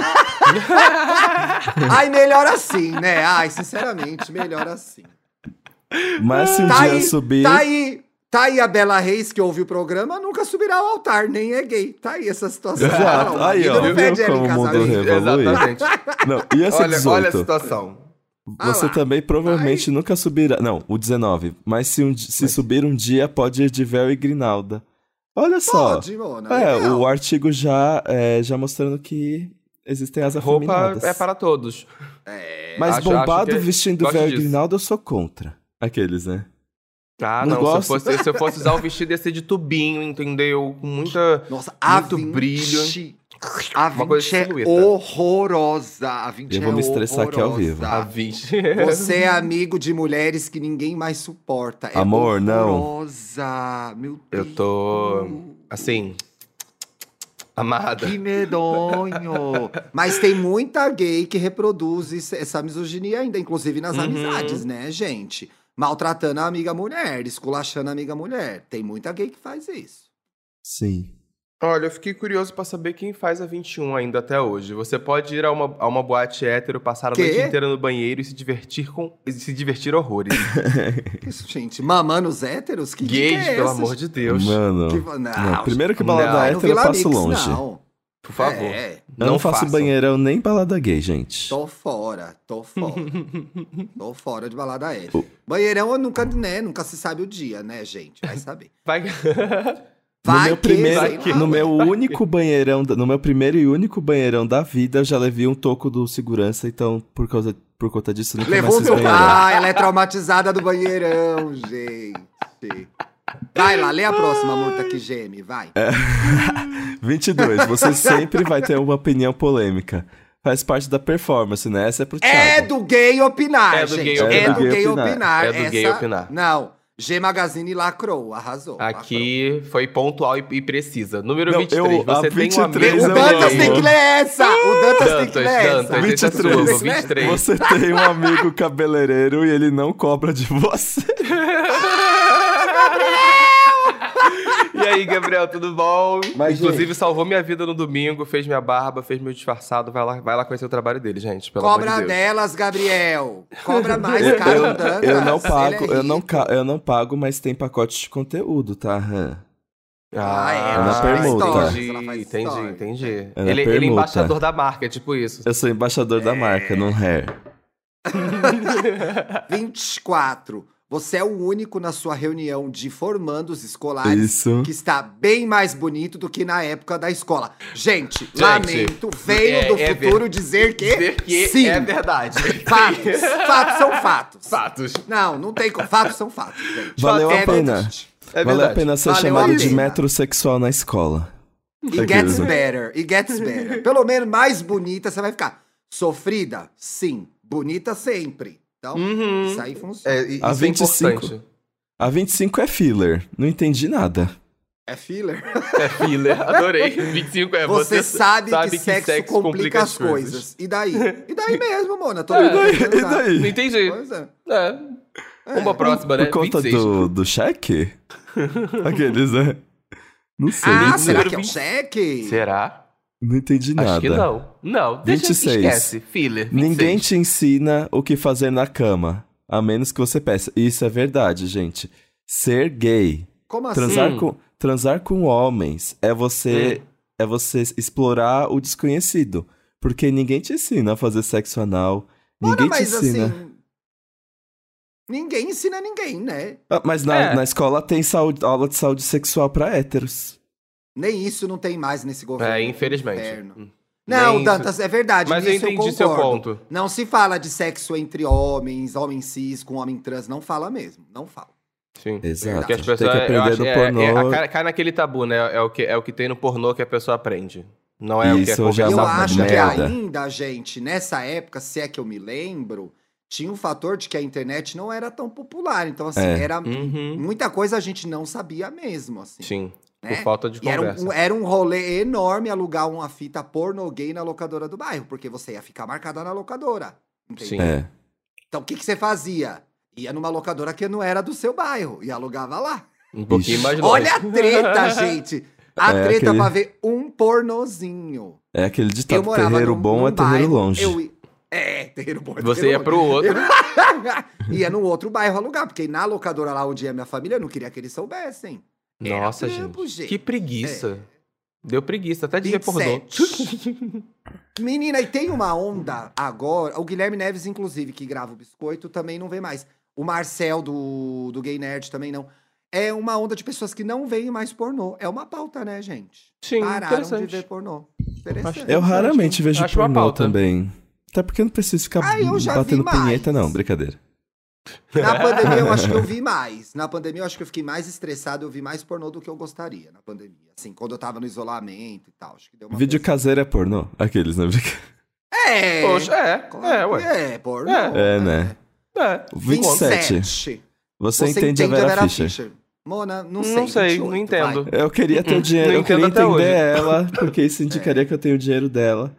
verdade. Ai, melhor assim, né? Ai, sinceramente, melhor assim.
Mas se um
Tá
dia
aí,
subir...
Tá aí, tá aí a Bela Reis, que ouve o programa, nunca subirá ao altar, nem é gay. Tá aí essa situação.
Exato.
Não, o
Ah, tá Aí,
marido
ó,
não
viu
pede ela em
como o mundo é
casamento.
revolve? Evolui.
Exatamente.
Não, e essa
olha,
18?
olha a situação.
Ah
Você
lá.
também provavelmente nunca subirá. Não, o 19. Mas se, um di- se subir um dia, pode ir de véu e grinalda. Olha só.
Pode, Mona.
é,
legal.
o artigo já, é, já mostrando que existem as
Roupa
afeminadas.
é para todos.
É,
Mas
acho-
bombado
acho que-
vestindo
gosto
véu e
disso.
grinalda, eu sou contra. Aqueles, né?
Ah,
Não
não. se, eu
gosto.
fosse, se eu fosse usar o vestido, ia ser de tubinho, entendeu? Com muita.
Nossa, a
muito
20
brilho.
A
Uma coisa
20 é
silhueta.
horrorosa. A 20
Eu vou
é
me estressar aqui ao
horrorosa.
vivo.
A 20.
Você é amigo de mulheres que ninguém mais suporta. É
Amor, não.
horrorosa. Meu Deus.
Eu tô. Assim. Amada.
Que medonho! Mas tem muita gay que reproduz isso- essa misoginia ainda, inclusive nas
Uhum.
amizades, né, gente? Maltratando a amiga mulher, esculachando a amiga mulher. Tem muita gay que faz isso.
Sim.
Olha, eu fiquei curioso pra saber quem faz a 21 ainda até hoje. Você pode ir a uma, a uma boate hétero, passar a
Quê?
noite inteira no banheiro e se divertir com. e se divertir horrores.
Isso, gente. Mamando os héteros? Que
Gays,
dica é
pelo
essa,
amor de Deus.
Mano.
gente? Que-
não, primeiro que balada
não,
hétero
no Vila
eu passo
Mix,
longe.
Não.
Por favor.
É,
eu não faço
façam.
banheirão nem balada gay, gente.
tô fora, tô fora. tô fora de balada hétero. Banheirão eu nunca, né? Nunca se sabe o dia, né, gente? Vai saber.
Vai.
No
Vai
meu
que,
primeiro,
sei lá,
no
ué.
meu único banheirão, da- no meu primeiro e único banheirão da vida, eu já levei um toco do segurança, então por causa por conta disso eu nunca
Levou o
mais fiz
seu.
banheirão.
Ah, ela é traumatizada do banheirão, gente. Vai lá, lê a próxima, amor, tá que geme, vai.
22. Você sempre vai ter uma opinião polêmica. faz parte da performance, né? Essa é pro Thiago.
É do gay opinar,
É do
gente.
gay
é
opinar.
do gay opinar.
É do gay
Essa-
opinar.
Não. G Magazine lacrou, arrasou.
Aqui foi pontual e, e precisa. Número
Não,
23,
eu- a
você tem um
23
amigo.
eu
O Dantas
amo.
tem que ler essa! O Dantas, tem que
Dantas,
é, ler essa!
Dantas, esse é
23.
sua, 23.
Você tem um amigo cabeleireiro e ele não cobra de você.
E aí, Gabriel, tudo bom?
Mas,
Inclusive, salvou minha vida no domingo, fez minha barba, fez meu disfarçado. Vai lá, vai lá conhecer o trabalho dele, gente. Pelo
Cobra
amor de Deus.
delas, Gabriel! Cobra mais
Eu,
caro
eu-
Dantas!
eu não pago,
Ele é
eu não,
rico.
ca- eu não pago, mas tem pacote de conteúdo, tá? Han?
Ah, é,
ela faz stories,
Entendi,
ela faz
entendi,
stories.
entendi.
Ela
Ele, ele é
permuta.
embaixador da marca, é tipo isso.
Eu sou embaixador
É.
da marca, não é? hair.
24. Você é o único na sua reunião de formandos escolares
Isso.
que está bem mais bonito do que na época da escola. Gente,
Gente,
lamento, veio
é-
do
é ver-
futuro dizer que,
Dizer que
sim.
é verdade.
Fatos, fatos são fatos.
Fatos.
Não, não tem como. Fatos são fatos, gente.
Valeu
É
a pena.
verdade.
É
Valeu a
verdade.
pena ser
Valeu
chamado
a
de
pena.
metrosexual na escola. Tá
E gets
né?
better, e gets better. Pelo menos mais bonita você vai ficar. Sofrida? Sim. Bonita sempre. Então,
Uhum.
isso aí funciona.
É, e- isso
A
é
25.
importante.
A 25 é filler. Não entendi nada.
É filler.
É filler, adorei. 25 é você.
Você, sabe,
sabe
que,
que
sexo,
sexo
complica,
complica
as
as coisas.
coisas. E daí? E daí mesmo, Mona? Todo
É,
mundo
E
vai transar.
Não
daí?
entendi.
Pois é.
É. Uma próxima, né?
Por conta
26.
do, do cheque? Aqueles, né? Não sei.
Ah,
não,
será
número
que é um
20.
cheque?
Será?
não entendi nada.
Acho que não. Não, deixa
26.
esquece. Filler. 26.
Ninguém te ensina o que fazer na cama. A menos que você peça. Isso é verdade, gente. Ser gay.
Como assim?
Transar,
Hum.
com, transar com homens é você. É você explorar o desconhecido. Porque ninguém te ensina a fazer sexo anal.
Mona,
ninguém te
mas
ensina.
assim. Ninguém ensina ninguém, né?
Ah, Mas na,
É.
na escola tem saúde- aula de saúde sexual pra héteros.
Nem isso não tem mais nesse governo.
É, infelizmente.
Inferno.
Hum.
Não,
Nem isso.
Dantas, é verdade.
Mas eu
nisso
entendi
eu
seu
concordo.
ponto.
Não se fala de sexo entre homens, homem cis com homem trans. Não fala mesmo. Não fala.
Sim.
Exato.
Porque as
Tem
pessoas,
que
eu
aprender
acho,
do
é-
pornô.
é- a- cai, cai naquele tabu, né? É o, que, é o que tem no pornô que a pessoa aprende. Não é o que é
Isso, eu já
Eu
É uma
conversado.
acho que
merda.
ainda, gente, nessa época, se é que eu me lembro, tinha um fator de que a internet não era tão popular. Então, assim,
É.
era
Uhum.
muita coisa a gente não sabia mesmo, assim.
Sim.
Né?
Por falta de
E era
conversa.
um, era um rolê enorme alugar uma fita porno gay na locadora do bairro, porque você ia ficar marcada na locadora. entende?
Sim.
É.
Então, o que, que você fazia? Ia numa locadora que não era do seu bairro e alugava lá.
Um pouquinho mais longe.
Olha a treta, gente! A
É,
treta
aquele-
pra ver um pornozinho.
É aquele ditado: terreiro
num-
bom
num
é terreiro
bairro,
longe.
eu i- É, terreiro bom é
Você ia
terreiro
pro outro.
longe. ia num outro bairro alugar, porque na locadora lá onde é minha família, eu não queria que eles soubessem. Era
Nossa,
trampo,
gente.
gente. É.
Que preguiça. Deu preguiça, até de ver pornô.
27. Menina, e tem uma onda agora. O Guilherme Neves, inclusive, que grava o biscoito, também não vê mais. O Marcel do, do Gay Nerd também não. É uma onda de pessoas que não veem mais pornô. É uma pauta, né, gente?
Sim,
Pararam de
interessante.
ver pornô. Interessante.
Eu raramente vejo
Acho uma
pornô
pauta.
também. Até porque eu não preciso ficar
Ah, eu já vi
batendo
mais.
punheta, não. Brincadeira.
Na pandemia, eu acho que eu vi mais. Na pandemia, eu acho que eu fiquei mais estressado, eu vi mais pornô do que eu gostaria na pandemia. Assim, quando eu tava no isolamento e tal. Acho que deu uma.
Vídeo
pressão.
caseiro é pornô? Aqueles, né? Brinca-
É!
Poxa, é.
claro
É,
que
ué.
É, pornô.
É, né?
É.
27. Você, entende, a Vera, Fischer.
Mona, não
Não
sei.
sei, não,
28,
entendo.
vai.
Eu queria ter o
Não
dinheiro. Eu
entendo
queria
até
entender
hoje.
ela, porque isso indicaria que eu tenho o dinheiro dela.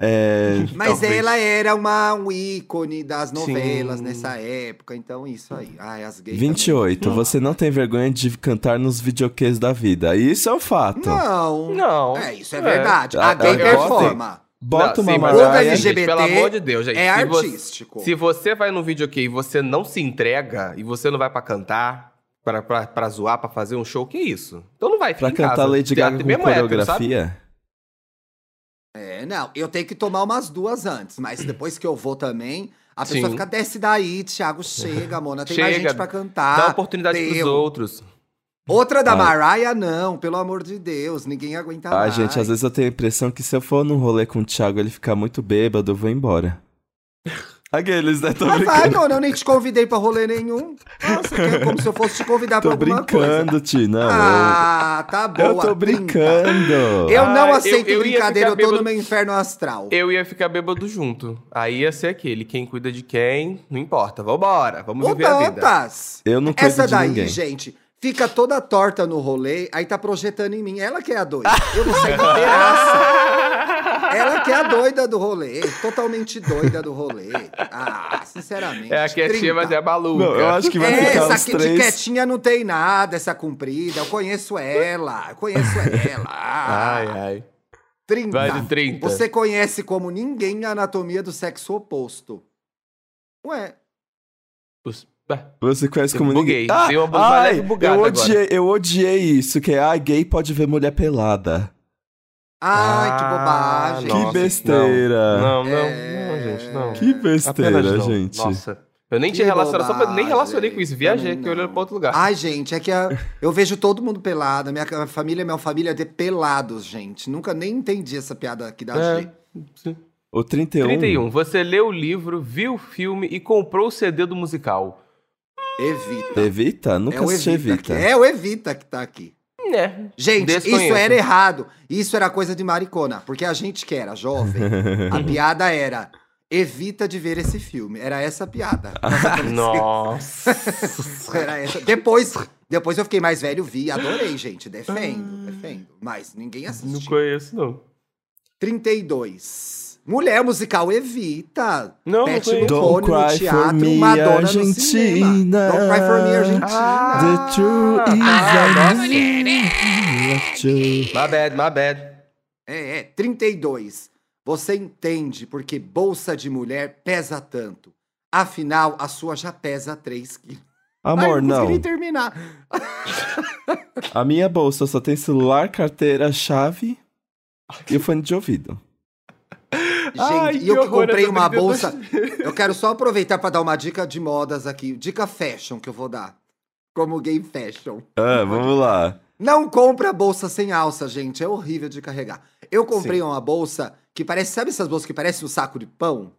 É,
Mas
Talvez.
ela era uma, um ícone das novelas
Sim.
nessa época, então isso aí. Ai, as gays.
28.
também.
Você não tem vergonha de cantar nos videoquês da vida. Isso é um fato.
Não.
Não.
É, isso é, verdade. A
Ah,
gay
eu gosto.
performa.
Bota
Não,
uma
sim, mas
Ou
Mariah.
aí, gente,
LGBT
Pelo amor de Deus, gente.
É
se você-
artístico.
Se você vai num vídeo e você não se entrega e você não vai pra cantar, pra, pra, pra zoar, pra fazer um show, que isso? Então não vai ficar
Pra
em
cantar
casa.
Lady
Teatro
Gaga com
mesmo hétero, sabe?
coreografia?
É, não. Eu tenho que tomar umas duas antes, mas depois que eu vou também, a pessoa
Sim.
fica, desce daí, Thiago, chega, Mona. Tem mais
Chega,
gente pra cantar.
Dá um oportunidade pros
deu.
outros.
Outra da
Ah.
Mariah, não, pelo amor de Deus, ninguém aguenta
Ah,
mais.
gente, às vezes eu tenho a impressão que se eu for num rolê com o Thiago e ele ficar muito bêbado, eu vou embora. Aqueles, né? Tô
Mas vai,
brincando.
mano, eu nem te convidei pra rolê nenhum. Nossa, que é como se eu fosse te convidar pra
Tô
alguma coisa.
brincando, Ti. Não,
Ah, tá
eu,
boa.
eu tô
pinta.
brincando.
Eu
Ah,
não
eu-
aceito
eu ia ficar
brincadeira, eu tô
bêbado.
no meu inferno astral.
Eu ia ficar bêbado junto. Aí ia ser aquele. Quem cuida de quem, não importa. Vambora, vamos
Ô,
viver a vida.
Dantas!
Eu não cuido
Essa
de
daí,
ninguém.
gente, fica toda torta no rolê, aí tá projetando em mim. Ela que é a doida. Eu não sei graça. Ela que é a doida do rolê. Totalmente doida do rolê. Ah, sinceramente.
É a quietinha,
30.
mas é a maluca.
Não, eu acho que vai ficar
É, Essa
uns
aqui de
três.
quietinha não tem nada, essa comprida. Eu conheço ela. Eu conheço ela.
Ai, ai.
30.
Vai de 30.
Você conhece como ninguém a anatomia do sexo oposto. Ué,
Os- bah.
Você conhece
Eu
como
buguei.
ninguém. Ah,
Dei uma bu- uma
ai,
leve bugada
eu
agora.
odiei, eu odiei isso, que é ah, gay pode ver mulher pelada.
Ai, que
Ah,
bobagem.
nossa,
que besteira.
Não, não, não,
É.
não, gente, não.
Que besteira,
Apenas não.
gente.
Nossa. Eu nem
Que
tinha relacionado, só pra- nem
bobagem.
relacionei com isso. Viajei,
Também
que olhando
não.
pra outro lugar.
Ai, gente, é que a- eu vejo todo mundo pelado. Minha ca- família, minha família é de pelados, gente. Nunca nem entendi essa piada aqui da
É.
G.
O 31.
31. Você leu o livro, viu o filme e comprou o CD do musical.
Evita.
Evita? Nunca
é o
assisti
Evita.
Evita.
que- É o Evita que tá aqui.
Né?
Gente,
Desconheço.
isso era errado. Isso era coisa de maricona. Porque a gente que era jovem, a piada era evita de ver esse filme. Era essa a piada.
Nossa.
Era essa. Depois, depois eu fiquei mais velho, vi, adorei, gente. Defendo,
Ah.
defendo. Mas ninguém
Não
assistiu.
conheço, não.
32. Mulher musical evita.
Não,
Pet
não conheço.
no
Don't
fone, no
cry
teatro,
for me,
Madonna no cinema.
Argentina.
Don't cry for me, Argentina.
Ah.
The true is
Ah,
I
nossa.
left you.
My bad, my bad.
É, é, 32. Você entende porque bolsa de mulher pesa tanto. Afinal, a sua já pesa 3 quilos.
Amor,
Ai, não consegui
não.
nem terminar.
A minha bolsa só tem celular, carteira, chave e o fone de ouvido.
Gente,
Ai,
e eu que
horror,
comprei
essa
uma
32.
bolsa. Eu quero só aproveitar para dar uma dica de modas aqui. Dica fashion que eu vou dar. Como gay fashion.
Ah, vamos lá.
Não compra bolsa sem alça, gente. É horrível de carregar. Eu comprei uma bolsa que parece. Sabe essas bolsas que parecem um saco de pão?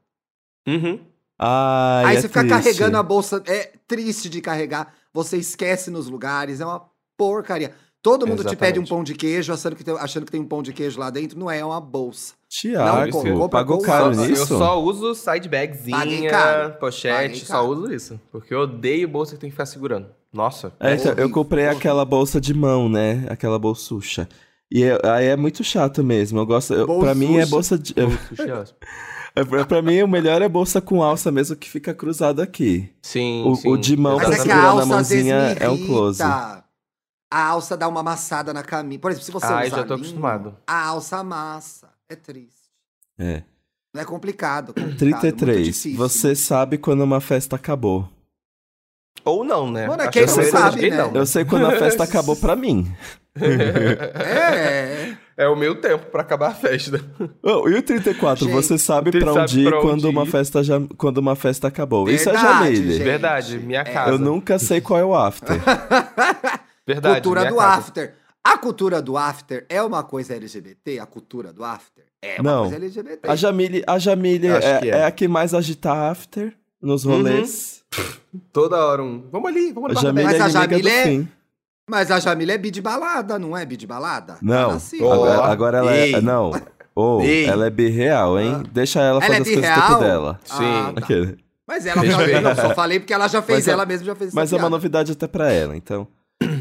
Uhum.
Ai,
Aí
é
você fica
triste.
carregando a bolsa. É triste de carregar. Você esquece nos lugares. É uma porcaria. Todo mundo te pede um
Exatamente.
pão de queijo achando que, tem, achando que tem um pão de queijo lá dentro. Não é, é uma bolsa.
Tiago,
Não, compra
pagou
bolsa.
caro
Só-
nisso?
Eu só uso
Paguei
sidebagzinha,
caro. Paguei
pochete, só
caro.
uso isso. Porque eu odeio bolsa que tem que ficar segurando. Nossa.
É, então, eu
horrível,
comprei
horrível.
aquela bolsa de mão, né? Aquela bolsucha. E é- aí é muito chato mesmo. Eu gosto. eu- pra mim é
Bolsucha.
bolsa de.
eu- sushi é ótimo.
é, pra- pra mim o melhor é bolsa com alça mesmo que fica cruzado aqui.
Sim,
O-
sim.
o de mão Não,
Mas
pra
é que
segurar
a
na
alça
mãozinha
às vezes me
é um
irrita.
close.
A alça dá uma amassada na camisa. Por exemplo, se você
Ah, eu
usar
já tô
linho,
acostumado.
A alça amassa. É triste.
É.
Não é complicado. complicado, é muito
33.
difícil.
você sabe quando uma festa acabou.
Ou não, né?
Mano, é
Acho
quem
que
não
eu
sabe,
sei,
né?
não.
Eu sei quando a festa acabou pra mim.
né?
É.
É o meu tempo pra acabar a festa.
Oh, e o 34?
Gente,
você sabe
ele
pra onde
sabe
ir
pra onde
quando, Uma
ir.
festa já, quando uma festa acabou. Isso é
Verdade,
Jamile.
gente.
Verdade, minha
É.
casa.
Eu nunca sei qual é o after.
Verdade.
cultura
minha
do
casa.
after. A cultura do after é uma coisa LGBT? A cultura do after é uma
Não.
coisa LGBT.
A Jamile, a Jamile
Acho
é,
que é.
é a que mais agita after nos rolês.
Toda hora um. Vamos ali, vamos
A
ali.
Jamile
Uhum. Mas
é
a
inimiga do
Jamile-
fim.
Mas a Jamila é bi de balada, não é bi de balada?
Não,
Ela, sim.
Ó,
agora, agora ela
ei.
é... Não. Oh,
Ei.
ela é birreal, hein?
Ah.
Deixa ela
Ela
fazer
é
as coisas do
birreal?
tempo dela.
Ah,
Sim.
tá.
Aquele.
Mas ela
Respeito.
não, só falei porque ela já fez,
Mas é-
ela mesma já fez
Mas é
essa
uma
piada.
novidade até pra ela, então...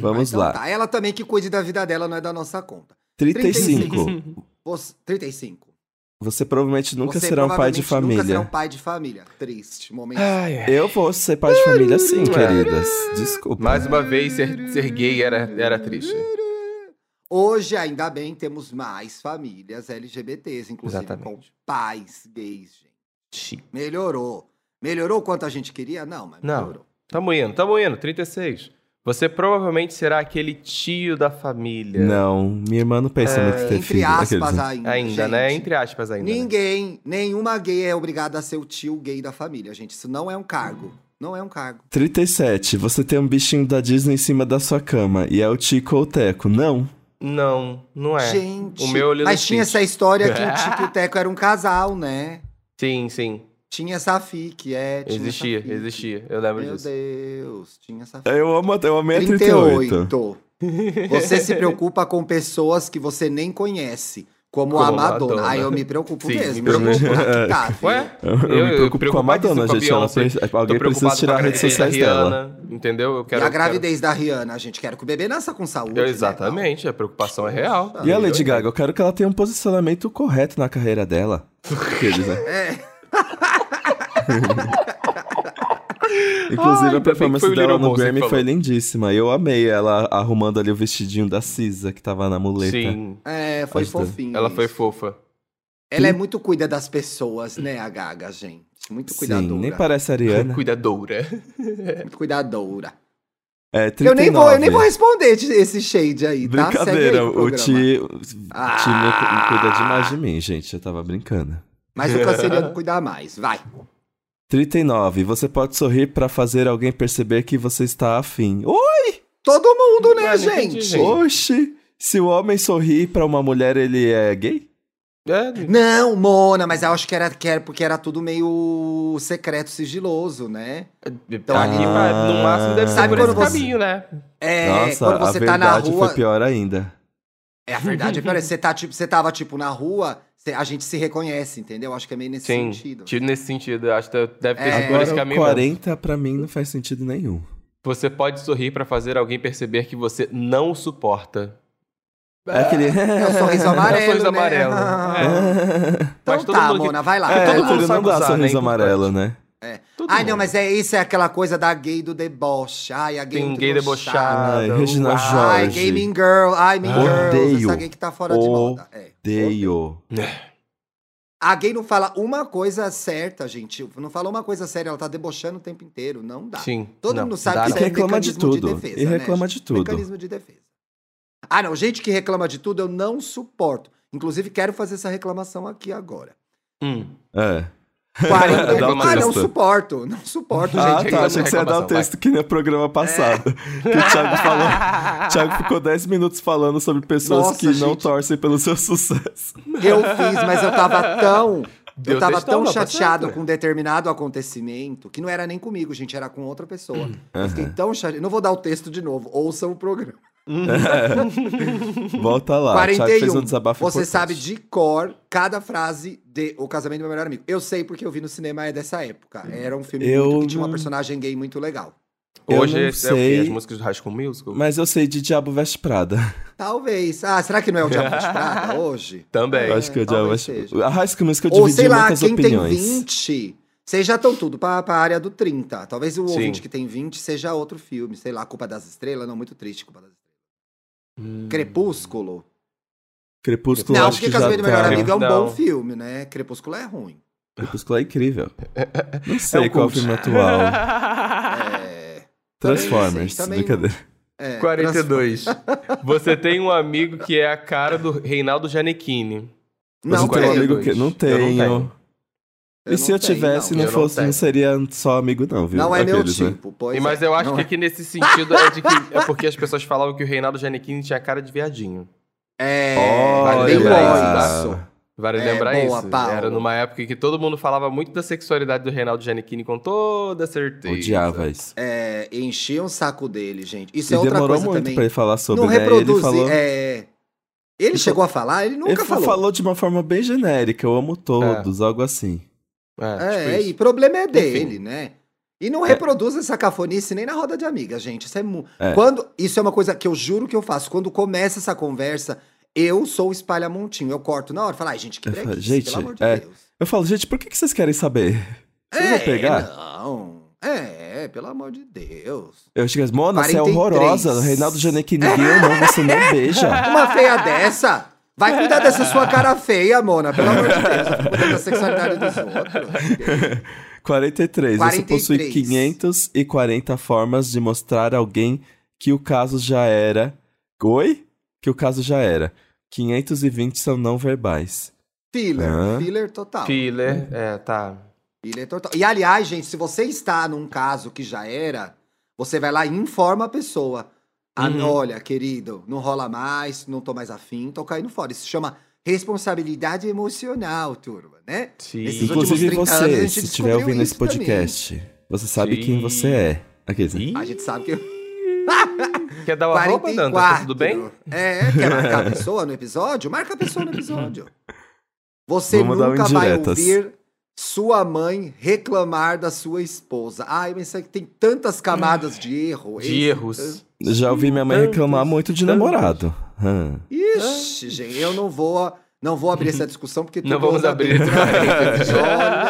Vamos
Então
lá.
tá, ela também que cuide da vida dela, não é da nossa conta.
35.
Você, 35.
Você provavelmente nunca
Você
será um pai de
provavelmente Nunca será um
família.
pai de família. Triste, momento.
Ai, ai.
Eu vou ser pai de família sim, queridas. Desculpa.
Mais uma vez, ser, ser gay era, era triste.
Hoje, ainda bem, temos mais famílias LGBTs, inclusive
Exatamente.
com pais gays, gente.
Chique.
Melhorou. Melhorou o quanto a gente queria? Não, mas
Não.
melhorou.
Tamo indo, tamo indo. 36. Você provavelmente será aquele tio da família.
Não, minha irmã não pensa muito em ter
É, Entre
filho.
aspas
Aqueles-
ainda.
Ainda,
gente.
né? Entre aspas ainda. né?
Ninguém, nenhuma gay é obrigada a ser o tio gay da família, gente. Isso não é um cargo. Não é um cargo.
37. Você tem um bichinho da Disney em cima da sua cama e é o Tico ou o Teco. Não.
Não, não é.
gente.
o meu Lilo
mas tinha
Stitch.
essa história que o Tico e o Teco era um casal, né?
Sim, sim.
Tinha Safi, que é. Tinha
Existia,
Safi.
existia. Eu lembro
Meu
disso.
Deus, tinha Safi.
Eu amo, eu amei a 38.
38. Você se preocupa com pessoas que você nem conhece, como,
Como
a Madonna.
Madonna.
Ah, eu me preocupo
Sim,
mesmo.
me preocupo.
gente. Tá, filho.
Ué?
Eu, eu
Eu-
me
eu
preocupo com a
preocupadíssimo
Madonna,
com a
gente. Ela
Beyoncé.
precisa- alguém
Tô
precisa
preocupado com a
tirar as redes
gravidez da
sociais dela.
Rihanna, Entendeu? Eu quero.
e a gravidez da Rihanna, gente, quero que o bebê nasça com saúde.
Quero... Eu-
né, Ah,
Exatamente, a preocupação é real.
E a
Eu-
Lady Gaga, eu quero que ela tenha um posicionamento correto na carreira dela. Aqueles, né?
tal? É,
Inclusive,
Ai,
a performance
ainda bem que foi o
dela
Little
no
Monster que
Grammy foi
falou.
lindíssima. Eu amei ela arrumando ali o vestidinho da Cisa, que tava na muleta.
Sim.
é, foi
Gostei.
fofinho.
Ela
isso.
foi fofa.
Ela é muito cuida das pessoas, né, a Gaga, gente? Muito cuidadadora.
Sim, nem parece a Ariana.
Cuidadora.
Muito cuidadora.
É, 39.
Eu nem, vou, eu nem vou responder esse- esse shade aí, tá? Segue
Brincadeira,
aí
o
programa.
Ti, o
Ah!
Ti me cu- cuida demais de mim, gente. Eu tava brincando.
Mas o canceriano cuidar mais, vai.
39. Você pode sorrir pra fazer alguém perceber que você está afim. Oi,
Todo mundo, né,
Mano,
gente?
entendi, gente.
Oxi! Se o homem sorrir pra uma mulher, ele é gay?
É,
Não, Mona, mas eu acho que era, que era porque era tudo meio secreto, sigiloso, né?
Então, aqui,
Ah.
pra- no máximo, deve ser
Sabe
por
quando
esse
você-
caminho, né?
É,
Nossa,
quando você
a
tá na
verdade
rua.
foi pior ainda.
É a verdade, é pior. Você, tá, tipo, você tava, tipo, na rua, você- a gente se reconhece, entendeu? Acho que é meio nesse
Sim, Tipo,
sentido.
tiro nesse sentido. eu Acho que deve ter
É.
sido por
Agora,
esse
o
caminho. mesmo.
40 pra mim não faz sentido nenhum.
Você pode sorrir pra fazer alguém perceber que você não o suporta.
É aquele.
É o sorriso
É o
amarelo.
sorriso
né?
amarelo. É,
Ah, Então
Mas todo
tá,
mundo que-
Mona, vai lá.
É,
vai
todo
lá.
todo
mundo
mundo não
sabe
dá
usar,
sorriso
né?
amarelo, né?
Todo
Ai,
mundo.
não, mas é isso, é aquela coisa da gay do deboche. Ai, a gay
Tem
do
gay debochado.
Ai, Regina
uau.
Jorge.
Ai, gay mean girl. Ai, mean
Ah.
girl.
Odeio.
Essa gay que tá fora de moda. É.
Deio.
A gay não fala uma coisa certa, gente. Não fala uma coisa séria, ela tá debochando o tempo inteiro. Não dá.
Sim.
Todo
não,
mundo sabe
dá
que
E
não.
isso é um
reclama de
mecanismo de
tudo.
defesa,
E
né,
reclama de tudo.
Mecanismo de defesa. Ah, não. Gente que reclama de tudo, eu não suporto. Inclusive, quero fazer essa reclamação aqui agora.
Hum.
É.
40...
Dá uma
ah, não
lista.
suporto. Não suporto, gente.
Ah,
que
tá.
reclama-
Achei que você ia dar o
reclamação,
texto que nem o
É.
programa passado. Que o Thiago falou. O Thiago ficou 10 minutos falando sobre pessoas
Nossa,
que não
gente.
torcem pelo seu sucesso.
Eu fiz, mas eu tava tão.
Deu
eu tava
textão,
tão
não, tá
chateado
certo.
com um determinado acontecimento que não era nem comigo, gente, era com outra pessoa.
Uhum.
Eu fiquei
Aham.
tão chateado. Não vou dar o texto de novo, ouçam o programa.
É. Volta lá. O Thiago fez um
41.
desabafo
Você
importante.
sabe de cor cada frase de O Casamento do Meu Melhor Amigo. Eu sei porque eu vi no cinema, é dessa época. Era um filme
Eu
muito que tinha uma
não-
personagem gay muito legal.
Eu
Hoje
não
é, o
sei.
quê? As músicas do High School Musical?
Mas eu sei de Diabo Veste Prada.
Talvez. Ah, será que não é o Diabo Veste Prada hoje?
Também.
eu acho que o Diabo
É, talvez
Veste Ah,
seja.
Prada. A High School Musical
Ou
dividiu
sei lá,
muitas
quem
opiniões.
tem 20, vocês já estão tudo pra, pra área do 30. Talvez o
Sim.
ouvinte que tem 20 seja outro filme. Sei lá, Culpa das Estrelas, não, muito triste, Culpa das Estrelas.
Hum.
Crepúsculo.
Crepúsculo
não,
acho
porque
que já
Casamento do
tá.
Melhor Amigo é um
Não.
bom filme, né? Crepúsculo é ruim.
Crepúsculo é incrível. Não
um
sei qual é o
cult.
filme atual.
Ah.
É.
Transformers.
sei, também não.
Brincadeira.
é,
42. Você tem um amigo que é a cara do Reinaldo Janequini.
Não,
Você tem um
tenho.
amigo que... Não
Eu não
tenho.
tenho.
E se eu
tenho,
tivesse, não,
Eu não
fosse, não
tenho.
seria só amigo, não, viu?
Não, é meu
Aqueles, né?
tipo, pois
E, mas
é.
eu acho
Não
que
é.
aqui nesse sentido é de que é porque as pessoas falavam que o Reinaldo Janequini tinha cara de viadinho.
É,
Olha,
bem
isso,
isso.
Vale
É,
lembrar
boa,
isso.
Paulo.
Era numa época em que todo mundo falava muito da sexualidade do Reinaldo Giannichini com toda certeza.
odiava isso.
É, enchia o saco dele, gente. Isso
e
é outra
demorou
coisa
muito
também.
pra ele falar sobre,
não
né? Ele
reproduzir.
falou...
é, Ele
Ele
chegou a falar? Ele nunca
ele falou. de uma forma bem genérica, eu amo todos, algo assim.
É,
É,
tipo
e
isso.
problema é dele,
Enfim.
né? E não reproduz essa cafonice nem na roda de amiga, gente. Isso é, mu...
É.
Quando... Isso é uma coisa que eu juro que eu faço. Quando começa essa conversa, eu sou o espalha-montinho. Eu corto na hora. Falo, ai, gente, que
Eu falo,
preguiça,
gente,
pelo amor de
é,
Deus.
Eu falo, gente, por que, que vocês querem saber? Vocês vão
É,
pegar?
não. É, pelo amor de Deus.
Eu chego assim, Mona, você é
43.
horrorosa, Reinaldo Janequini, eu não, você não beija.
Uma feia dessa? Vai cuidar dessa sua cara feia, Mona. Pelo amor de Deus. Vai cuidar da sexualidade dos outros.
43, você
43.
possui 540 formas de mostrar a alguém que o caso já era... Oi? Que o caso já era. 520 são não verbais.
Filler.
Hã?
Filler total.
Filler, é, tá.
Filler é total. E aliás, gente, se você está num caso que já era, você vai lá e informa a pessoa. Ah,
Uhum.
Olha, querido, não rola mais, não tô mais afim, tô caindo fora. Isso se chama responsabilidade emocional, turma, né?
Sim.
Esses últimos
Inclusive
30 anos a
você,
gente
se estiver
descobriu
ouvindo esse
isso também.
podcast, você sabe
Sim.
quem você é. Aqui,
Ih,
A gente sabe que
Quer dar uma roupa, Danta? Tá
44.
tudo bem?
É, quer marcar a pessoa no episódio? Marca a pessoa no episódio. Você
Vamos dar um
nunca vai
indiretas.
ouvir sua mãe reclamar da sua esposa. Ai, mas isso aqui tem tantas camadas de erro.
De erros.
já ouvi minha mãe
tantos,
reclamar muito de
tantos.
namorado. Hã.
Ixi, gente, eu não vou, não vou abrir essa discussão porque
Não
todos
vamos abrir.
abriram esse episódio.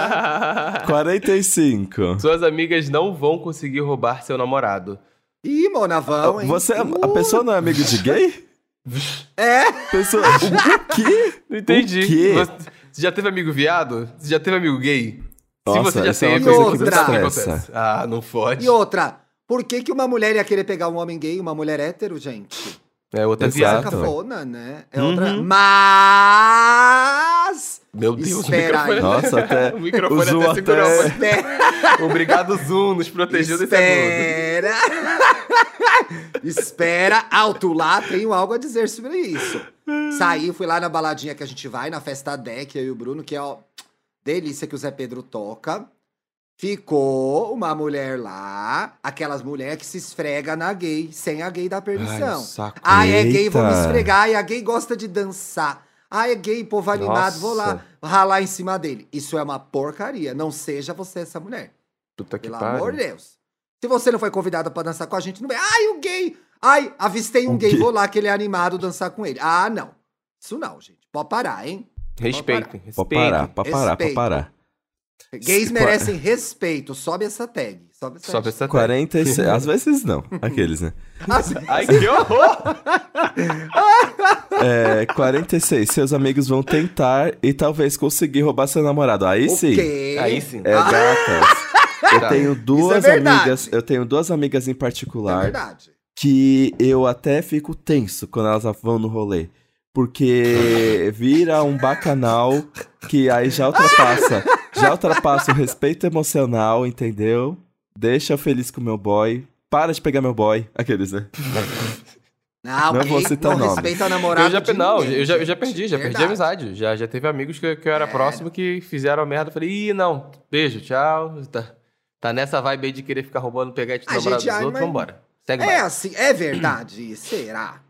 45.
Suas amigas não vão conseguir roubar seu namorado.
Ih, Monavão, hein?
Você, a
Uh,
pessoa não é amigo de gay?
É,
Pessoa, o quê?
Não entendi.
O quê?
Você você já teve amigo viado? Você já teve amigo gay?
Nossa,
Se você já
essa é
tem,
uma
coisa
você
que me
sabe o
estressa.
acontece. Ah, não fode.
e outra, por que, que uma mulher ia querer pegar um homem gay e uma mulher hétero, gente?
É outra
Exato.
assim,
viada. também.
cafona, né? É
Uhum.
outra. Mas.
Meu Deus,
Espera
o microfone.
aí.
Nossa, até-
o microfone
o Zoom
até segurou.
até-
Espera.
Obrigado, Zoom, nos protegeu desse abuso.
Espera. Espera. Alto lá, tenho algo a dizer sobre isso. Saí, fui lá na baladinha que a gente vai, na festa deck, eu e o Bruno, que é ó, delícia que o Zé Pedro toca. Ficou uma mulher lá, aquelas mulheres que se esfrega na gay, sem a gay da permissão.
saco.
Ah, é gay, vou me
Eita.
esfregar. E a gay gosta de dançar. Ah, é gay, povo animado, vou lá
Nossa.
ralar em cima dele. Isso é uma porcaria. Não seja você essa mulher.
Puta que
Pelo
pariu.
amor de Deus. Se você não foi convidada pra dançar com a gente, não vem. Ai, o gay! Ai, avistei um
O
gay,
quê?
vou lá que ele é animado dançar com ele. Ah, não. Isso não, gente. Pode parar, hein?
Respeitem,
Pode
respeitem.
parar, pode parar, pode
Respeito.
parar.
Gays
Se-
merecem respeito. Sobe essa tag. Sobe essa
Sobe essa
46, às vezes não, aqueles, né?
tag.
Ai, que horror!
É, 46, seus amigos vão tentar e talvez conseguir roubar seu namorado. Aí
O
sim.
quê? é
Aí sim.
É gatas. Eu
Tá.
tenho duas
verdade.
amigas, eu tenho duas amigas em
Isso é
particular
verdade.
que eu até fico tenso quando elas vão no rolê. Porque vira um bacanal que aí já ultrapassa. já ultrapassa o respeito emocional, entendeu? Deixa eu feliz com meu boy. Para de pegar meu boy. Aqueles, né?
Não,
Não
é
gay
vou citar
não
nome.
respeita a namorada.
Eu já,
de
não,
ninguém,
eu já, eu já
gente.
perdi, já perdi
Verdade.
a amizade. Já, já teve amigos que, que eu era
É.
próximo que fizeram a merda. Eu falei, ih, não, beijo, tchau. Tá, tá nessa vibe aí de querer ficar roubando, pegar de
A
namorado dos
gente- ai,
outros,
mas-
vambora. Segue
É
mais.
assim, é verdade? Será?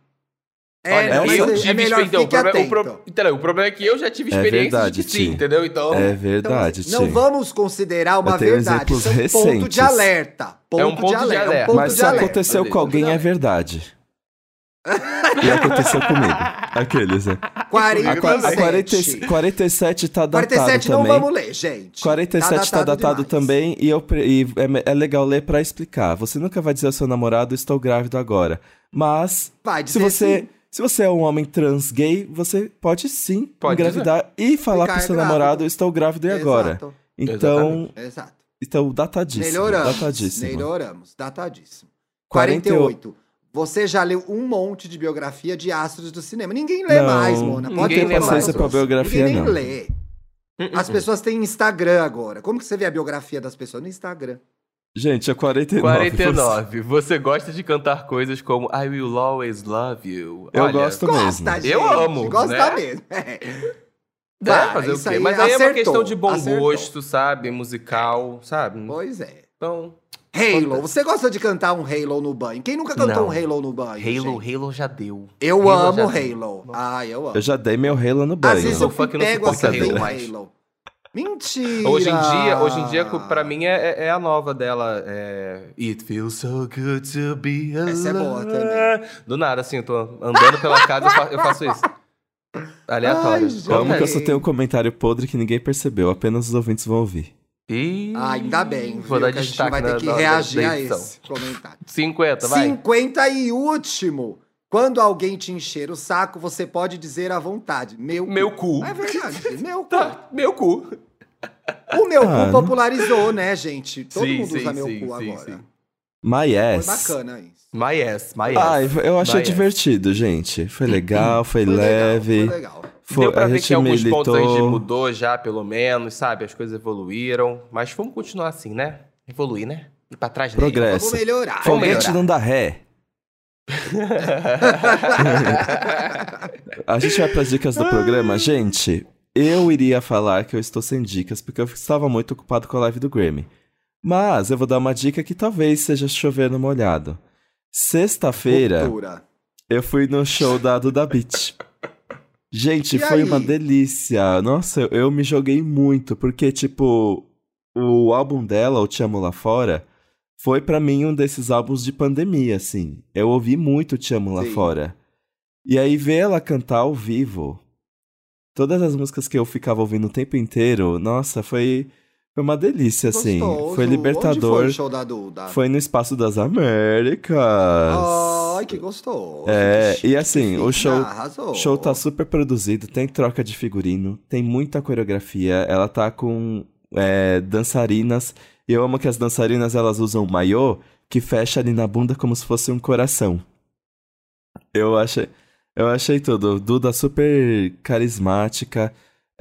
Olha,
não,
mas
eu
é-
tive experiência. então, o problema- o pro- então, o problema é que eu já tive
É
experiência
verdade,
de que sim,
Ti.
entendeu? Então,
É
Então,
verdade,
assim, não
Tim.
vamos considerar uma
Eu tenho
verdade. Isso é um
exemplos
ponto
recentes.
de alerta. Ponto,
um ponto de
de alerta.
alerta.
É um ponto
Mas
de
se
alerta.
aconteceu com alguém, é verdade. E aconteceu comigo. Aqueles, né? A, qua- a 40
47.
47 tá datado
47 não
também.
vamos ler, gente.
47 tá datado,
demais.
também e, eu, pre- e é, me- é legal ler pra explicar. Você nunca vai dizer ao seu namorado, estou grávido agora. Mas,
Vai
se
dizer
você,
assim,
se você é um homem trans gay, você pode sim
Pode
engravidar e falar
Ficar
pro seu
grávido.
namorado, estou grávido e agora.
Exato,
Então,
exato.
então datadíssimo.
Melhoramos.
datadíssimo.
Melhoramos. Datadíssimo.
48.
48. Você já leu um monte de biografia de astros do cinema. Ninguém lê
Não,
mais, Mona.
ninguém
Pode
tem
reclamar.
paciência pra
biografia,
Ninguém
não.
nem lê.
Hum, hum,
As
hum.
pessoas têm Instagram agora. Como que você vê a biografia das pessoas no Instagram?
Gente, é 49.
49. Você gosta de cantar coisas como I Will Always Love You.
Eu
Olha,
gosto mesmo.
Gosta, gente.
Eu amo,
Gosta
né?
mesmo. É.
Dá
Vai,
fazer o
isso
quê?
aí
Mas aí é uma
acertou,
questão de bom
acertou.
gosto, sabe? Musical, sabe?
Pois é.
Então,
Halo. Você gosta de cantar um Halo no banho? Quem nunca cantou
Não.
um Halo no banho?
Halo,
gente?
Halo já deu.
Eu
Halo
amo
já deu.
Halo. Ah, eu amo.
Eu já dei meu relo no banho.
Às vezes
Não,
eu
funk
fui
não
pego
suporta
a
Halo
Halo.
mais.
Halo. Mentira!
Hoje em dia, hoje em dia, pra mim, é, é- é a nova dela. É... It feels so good to be alive.
Essa é boa também.
Do nada, assim, eu tô andando pela casa, eu fa- eu faço isso. Aleatório.
Ai, gente.
Calma
Como
que eu
é?
só tenho um comentário podre que ninguém percebeu, apenas os ouvintes vão ouvir.
Ih,
Ah, ainda bem.
Vou
viu,
dar
que a gente
destaque
vai
na-
ter que
na- na
reagir a
edição.
esse comentário.
50, vai.
50 e último. Quando alguém te encher o saco, você pode dizer à vontade. Meu, cu.
Meu cu.
É verdade. Meu cu.
Tá, meu cu.
O meu
Ah, não-
cu popularizou, né, gente? Todo
Sim,
mundo usa
sim,
meu
sim,
cu
sim,
agora.
sim.
My
Foi
ass.
bacana isso.
My ass, my ass.
Ai, eu achei
Vai, é.
divertido, gente. Foi legal, foi,
Foi
leve.
Legal, foi legal.
foi-
Deu pra
a
ver
gente
que alguns
militou.
pontos a gente mudou já, pelo menos, sabe? As coisas evoluíram. Mas vamos continuar assim, né? Evoluir, né? Ir pra trás né?
Progresso.
Vamos melhorar.
Foi um
vamos
Foguete
melhorar.
não dá ré. A gente vai pras dicas do programa. Gente, eu iria falar que eu estou sem dicas porque eu estava muito ocupado com a live do Grammy. Mas eu vou dar uma dica que talvez seja chover no molhado. Sexta-feira,
Cultura.
eu fui no show da Duda Beach. Gente,
E
foi
aí?
uma delícia. Nossa, eu, eu me joguei muito, porque, tipo, o álbum dela, O Te Amo Lá Fora, foi pra mim um desses álbuns de pandemia, assim. Eu ouvi muito O Te Amo Lá
Sim.
Fora. E aí, ver ela cantar ao vivo, todas as músicas que eu ficava ouvindo o tempo inteiro, nossa, foi, foi uma delícia, assim.
Gostoso.
Foi
Onde foi
libertador.
o show da Duda?
Foi no Espaço das Américas.
Ai, que gostoso.
É,
que chique,
e assim,
que
o show-
fina, Arrasou.
O show tá super produzido, tem troca de figurino, tem muita coreografia, ela tá com é, dançarinas. E eu amo que as dançarinas elas usam maiô que fecha ali na bunda como se fosse um coração. Eu achei, eu achei tudo. Duda super carismática.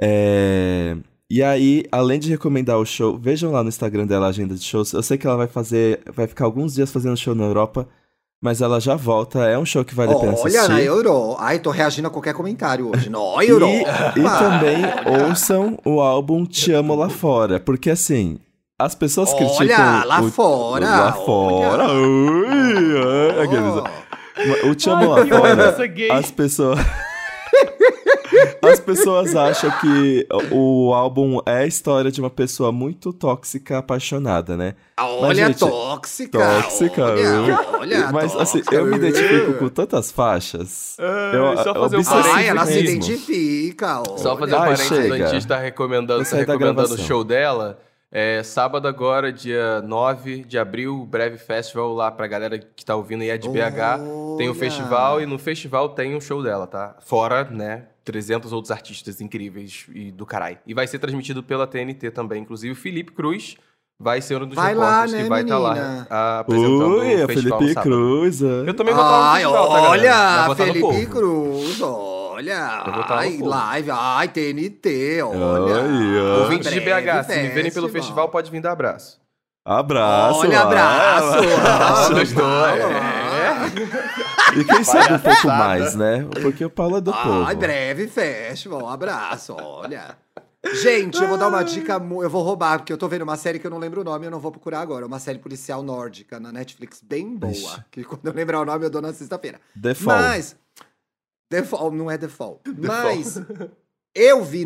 é, E aí, além de recomendar o show, vejam lá no Instagram dela a agenda de shows. Eu sei que ela vai fazer, vai ficar alguns dias fazendo show na Europa, mas ela já volta. É um show que vale a pena assistir.
Olha, na Euro. Ai, tô reagindo a qualquer comentário hoje. Nó, Euro. Ah.
E, e também ouçam o álbum Te Amo Lá Fora, porque assim, as pessoas criticam.
Olha, lá
o,
fora. Oh.
Lá
olha.
fora. ui, é, aqueles- O Te Amo
Ai,
Lá
que
Fora,
ofensa gay.
as pessoas. As pessoas acham que o álbum é a história de uma pessoa muito tóxica, apaixonada, né?
Ah, Olha,
gente,
tóxica.
tóxica,
Olha, olha
Mas assim,
tóxica,
eu me
ui.
identifico com tantas faixas. Eu-
só fazer um
obsessivo
parênteses.
Ai, ela se
mesmo.
identifica.
Só fazer um
Ai,
parênteses
chega.
antes, tá
Vou
recomendando, tá
sair da
recomendando o
gravação.
show dela. É, sábado agora, dia 9 de abril, Breve Festival lá pra galera que tá ouvindo aí é de BH. Tem o festival e no festival tem um show dela, tá? Fora, né, 300 outros artistas incríveis e do caralho. E vai ser transmitido pela TNT também, inclusive o Felipe Cruz vai ser um dos
Vai lá,
repórteres
né,
que vai estar
menina?
lá ah, apresentando
Ui,
o
a
festival no
é Felipe
sábado.
Cruz. é.
Eu também vou estar no
Ai,
festival, tá, galera?
olha,
Vai votar no
Felipe
povo.
Cruz, olha.
Vai votar no
Ai,
povo.
live, ai, TNT, olha.
Ai, ai.
Ouvintes de
Breve
BH, se me verem pelo
festival.
festival, pode vir dar abraço.
Abraço.
Olha,
lá.
abraço.
Ah,
olha,
gostou, É.
olha.
E quem sabe um pouco
Palhaçada.
mais, né? Porque o Paulo é do povo.
Ai, breve festival, abraço, olha. Gente, eu vou dar uma dica, mu- eu vou roubar, porque eu tô vendo uma série que eu não lembro o nome, eu não vou procurar agora. É Uma série policial nórdica na Netflix, bem boa.
Ixi.
Que quando eu lembrar o nome, eu dou na sexta-feira.
The Fall.
Mas. The Fall, não é The Fall. mas. Eu vi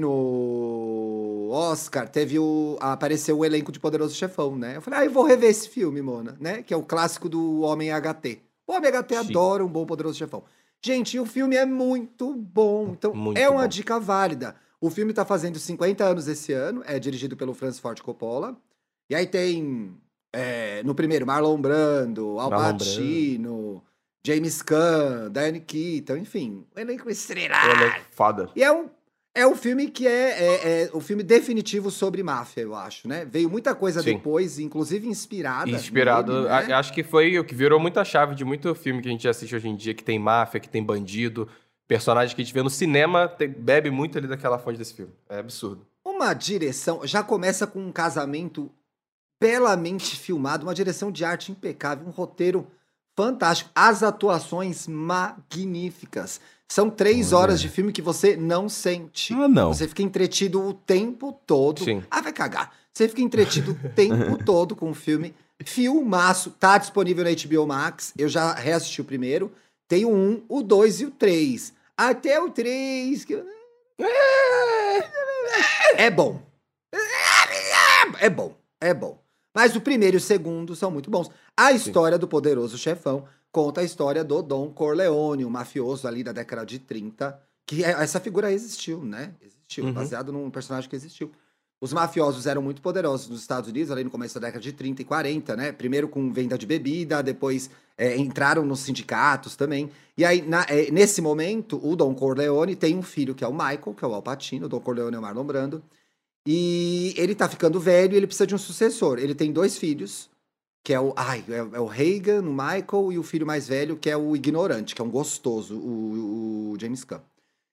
no Oscar, teve o. Apareceu o elenco de Poderoso Chefão, né? Eu falei, ah, eu vou rever esse filme, Mona, né? Que é o clássico do Homem HT. O Homem HT
Chique.
adora um bom Poderoso Chefão. Gente, o filme é muito bom. Então,
Muito
é uma
bom.
dica válida. O filme tá fazendo 50 anos esse ano, é dirigido pelo Francis Ford Coppola. E aí tem. é, no primeiro, Marlon Brando, Al
Marlon Brando.
Pacino, James Caan, Diane Keaton, enfim, um elenco estrelado.
Ela é foda.
E é um, é um filme que é, é, é o filme definitivo sobre máfia, eu acho, né? Veio muita coisa
Sim.
depois, inclusive inspirada.
Inspirado.
nele,
a-
né?
Acho que foi o que virou muita chave de muito filme que a gente assiste hoje em dia, que tem máfia, que tem bandido. Personagem que a gente vê no cinema te- bebe muito ali daquela fonte desse filme. É absurdo.
Uma direção. Já começa com um casamento belamente filmado, uma direção de arte impecável, um roteiro fantástico, as atuações magníficas. São três
Olha.
horas de filme que você não sente.
Ah, não.
Você fica entretido o tempo todo.
Sim.
Ah, vai cagar. Você fica entretido o tempo todo com o filme. Filmaço. Tá disponível na HBO Max. Eu já reassisti o primeiro. Tem o 1, o 2 e o 3. Até o 3. Que... É bom. É bom. É bom. Mas o primeiro e o segundo são muito bons. A história do poderoso chefão conta a história do Don Corleone, um mafioso ali da década de 30, que é- essa figura existiu, né? Existiu,
Uhum.
baseado num personagem que existiu. Os mafiosos eram muito poderosos nos Estados Unidos, ali no começo da década de 30 e 40, né? Primeiro com venda de bebida, depois é, entraram nos sindicatos também. E aí, na- é, nesse momento, o Don Corleone tem um filho que é o Michael, que é o Al Pacino, o Don Corleone é o Marlon Brando. E ele tá ficando velho e ele precisa de um sucessor. Ele tem dois filhos, que é o. Ai, é, é o Reagan, o Michael, e o filho mais velho, que é o ignorante, que é um gostoso, o, o James Caan.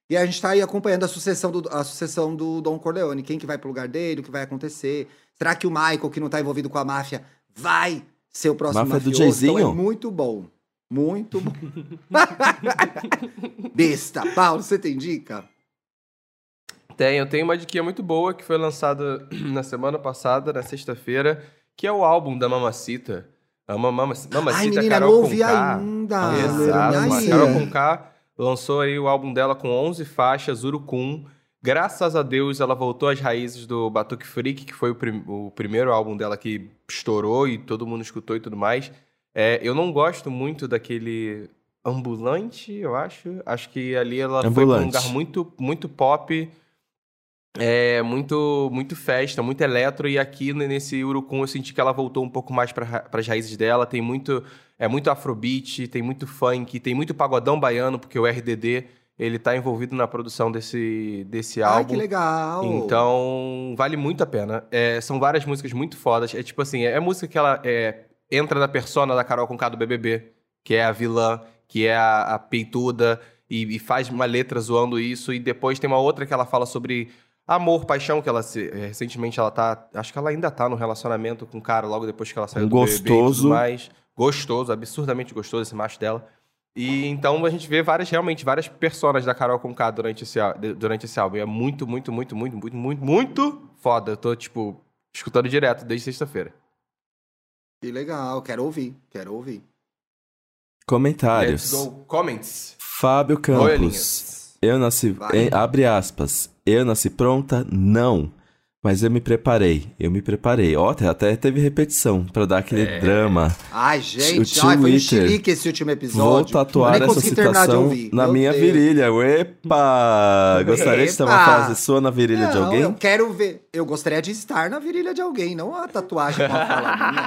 E a gente tá aí acompanhando a sucessão, do, a sucessão do Don Corleone. Quem que vai pro lugar dele, o que vai acontecer. Será que o Michael, que não tá envolvido com a máfia, vai ser o próximo
Máfia do
mafioso? Então é
Jayzinho?
muito bom. Muito bom. Besta. Paulo, você tem dica?
Tem, eu tenho uma dica muito boa que foi lançada na semana passada, na sexta-feira, que é o álbum da Mamacita. A Mama- Mama- Mamacita
Ai, menina, não
Carol
ouvi
Conká. Ah,
ainda.
Exato.
Ai,
A
é.
Carol Conká lançou aí o álbum dela com 11 faixas, Urucum. Graças a Deus, ela voltou às raízes do Batuque Freak, que foi o, prim- o primeiro álbum dela que estourou e todo mundo escutou e tudo mais. É, eu não gosto muito daquele ambulante, eu acho. Acho que ali ela foi pra um
Ambulante.
lugar muito, muito pop, é, muito, muito festa, muito eletro. E aqui n- nesse Urucum eu senti que ela voltou um pouco mais para as raízes dela. Tem muito, é muito afrobeat, tem muito funk, tem muito pagodão baiano, porque o RDD ele tá envolvido na produção desse, desse
Ai,
é álbum.
que legal.
Então, vale muito a pena. É, são várias músicas muito fodas. É tipo assim, é, é música que ela é, entra na persona da Carol Conká do BBB, que é a vilã, que é a, a peituda, e, e faz uma letra zoando isso. E depois tem uma outra que ela fala sobre amor, paixão, que ela se- é, recentemente ela tá... Acho que ela ainda tá no relacionamento com o cara, logo depois que ela saiu
Um
do BBB e tudo
gostoso.
mais. Gostoso, absurdamente gostoso esse macho dela. E então a gente vê várias, realmente, várias personas da Carol Conká durante esse, á- de- durante esse álbum. E é muito, muito, muito, muito, muito, muito, muito foda. Eu tô, tipo, escutando direto desde sexta-feira.
Que legal. Quero ouvir. Quero ouvir.
Comentários.
Let's go. Comments.
Fábio Campos.
Roelinhas.
Eu nasci.
Vai.
eh, abre aspas. Eu nasci pronta? Não. Mas eu me preparei. Eu me preparei. Ó, até- até teve repetição pra dar aquele
É,
drama.
Ai, gente,
O
ai, foi um
Twitter.
chilique esse último
Vou
episódio. Eu
tatuar
nem
essa
consegui terminar de
citação
ouvir.
na
Meu
minha
Deus.
virilha. Epa! Gostaria de ter uma
Epa!
frase sua na virilha de
Não,
alguém?
Eu quero ver. Eu gostaria de estar na virilha de alguém, não a tatuagem pra falar minha. né?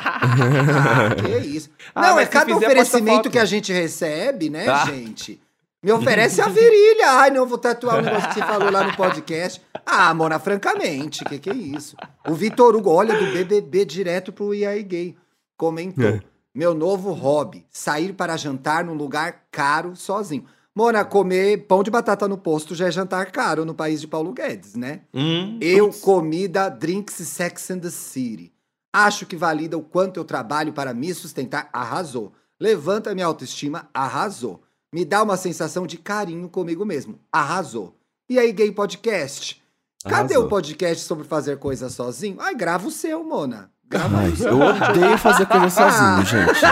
Ah, que isso.
Ah,
não, é
mas se
cada
fizer, posta
oferecimento
foto.
que é a gente recebe, né,
Ah.
gente? Me oferece a virilha. Ai, não, vou tatuar o negócio que você falou lá no podcast. Ah, Mona, francamente, que que é isso? O Vitor Hugo, olha, do BBB direto pro IAI Gay, comentou.
É.
Meu novo hobby, sair para jantar num lugar caro sozinho. Mona, comer pão de batata no posto já é jantar caro no país de Paulo Guedes, né?
Hum.
Eu, comida, drinks e sex and the city. Acho que valida o quanto eu trabalho para me sustentar. Arrasou. Levanta minha autoestima. Arrasou. Me dá uma sensação de carinho comigo mesmo. Arrasou. E aí, gay podcast? Cadê
Arrasou.
o podcast sobre fazer coisas sozinho? Ai, grava o seu, Mona. Grava
Ai,
o seu.
eu odeio fazer coisa sozinho, gente.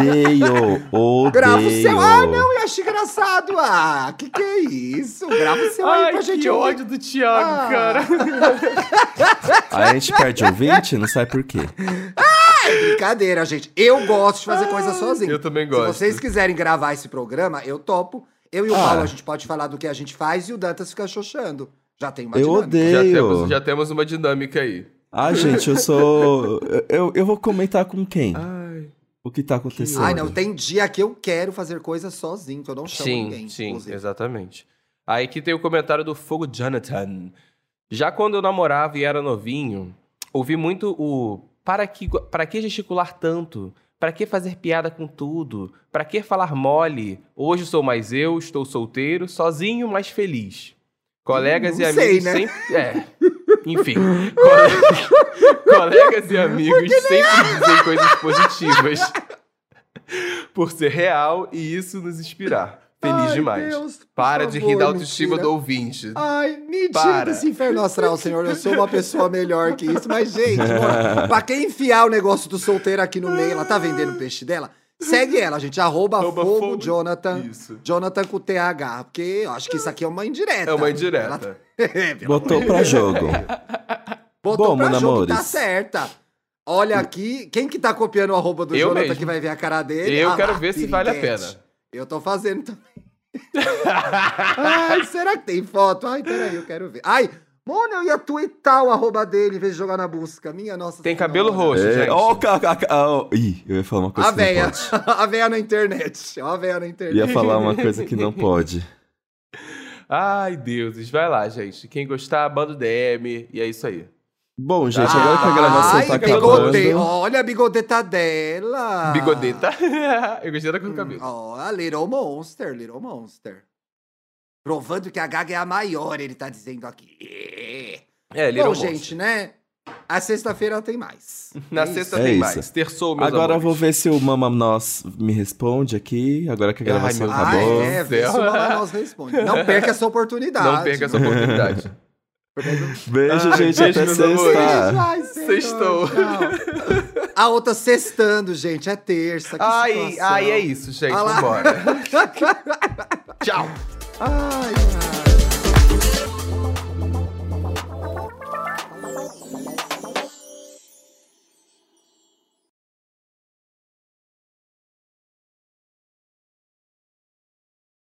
Odeio, odeio.
Grava o seu. Ah, não, eu acho engraçado. Ah, que que é isso? Grava o seu Então aí
Ai,
pra
que
gente ouvir.
ódio do Thiago,
Ah.
cara.
Aí a gente perde ouvinte, não sabe por quê.
Brincadeira, gente. Eu gosto de fazer coisa sozinho.
Eu também gosto.
Se vocês quiserem gravar esse programa, eu topo. Eu e o
Ah.
Paulo, a gente pode falar do que a gente faz e o Dantas fica xoxando. Já tem uma
Eu
dinâmica.
odeio.
Já temos, já temos uma dinâmica aí.
Ah, gente, eu sou. Eu, eu vou comentar com quem?
Ai.
O que tá acontecendo?
Ai, não, tem dia que eu quero fazer coisa sozinho, que eu não chamo
sim,
ninguém.
Sim,
inclusive.
exatamente. Aí aqui tem o comentário do Fogo Jonathan. Já quando eu namorava e era novinho, ouvi muito o para que, para que gesticular tanto? Para que fazer piada com tudo? Para que falar mole? Hoje sou mais eu, estou solteiro, sozinho, mas feliz. Colegas
Não
e
sei,
amigos
né?
sempre. É. Enfim. Colegas, colegas e amigos sempre dizem coisas positivas. Por ser real e isso nos inspirar. Feliz
Ai,
demais.
Deus, por
Para de rir
favor,
da autoestima
mentira.
do ouvinte.
Ai, me tira
Para.
desse inferno astral, senhor. Eu sou uma pessoa melhor que isso. Mas, gente, mano, pra quem enfiar o negócio do solteiro aqui no meio, ela tá vendendo o peixe dela? Segue ela, gente. Arroba
Arroba
fogo,
fogo.
Jonathan.
Isso.
Jonathan com TH. Porque eu acho que isso aqui é uma indireta.
É uma indireta.
É, pelo
Botou
amor de
pra
Deus.
jogo.
Botou
Bom,
pra
meus
jogo, tá
amores.
certa. Olha aqui, quem que tá copiando o arroba do
Eu
Jonathan
mesmo.
que vai ver a cara dele?
Eu
Ah
quero
lá,
ver se vale a
piriguete.
pena.
Eu tô fazendo também. Ai, será que tem foto? Ai, peraí, eu quero ver. Ai, mano, eu ia twittar o arroba dele em vez de jogar na busca. Minha nossa
Tem
Senhora.
cabelo roxo,
É,
gente. Ah,
ó, o ca- ca- ca- ó, Ih, eu ia falar uma coisa
A
que não
véia.
pode.
A véia na internet. Ó, a véia na internet.
Ia falar uma coisa que não pode.
Ai, deuses. Vai lá, gente. Quem gostar, manda o DM. E é isso aí.
Bom, gente, agora
Ah,
que a gravação
Ai,
tá acabando.
bigode- Olha a bigodeta dela.
Bigodeta. Eu gostei da cor do cabelo.
Ó, a Little Monster, Little Monster. Provando que a Gaga é a maior, ele tá dizendo aqui.
É,
Bom,
Little Monster.
gente, né? A sexta-feira tem mais.
Na
É
sexta
É
tem
isso.
mais. Terçou, meus
Agora eu
amores.
vou ver se o Mama Nós me responde aqui, agora que a
Ai,
gravação
meu
Ah,
acabou.
é,
Deus.
isso Mamãe nós responde. Não perca essa oportunidade.
Não perca essa oportunidade.
Beijo,
Ah,
gente,
beijo,
até
meus amores.
sexta.
Ai, Senhor,
Tá. Sextou.
tchau. A outra sextando, gente, é terça. Que
ai, é
situação.
ai, é isso, gente.
Ah lá.
Vambora. Tchau.
Ai, ai.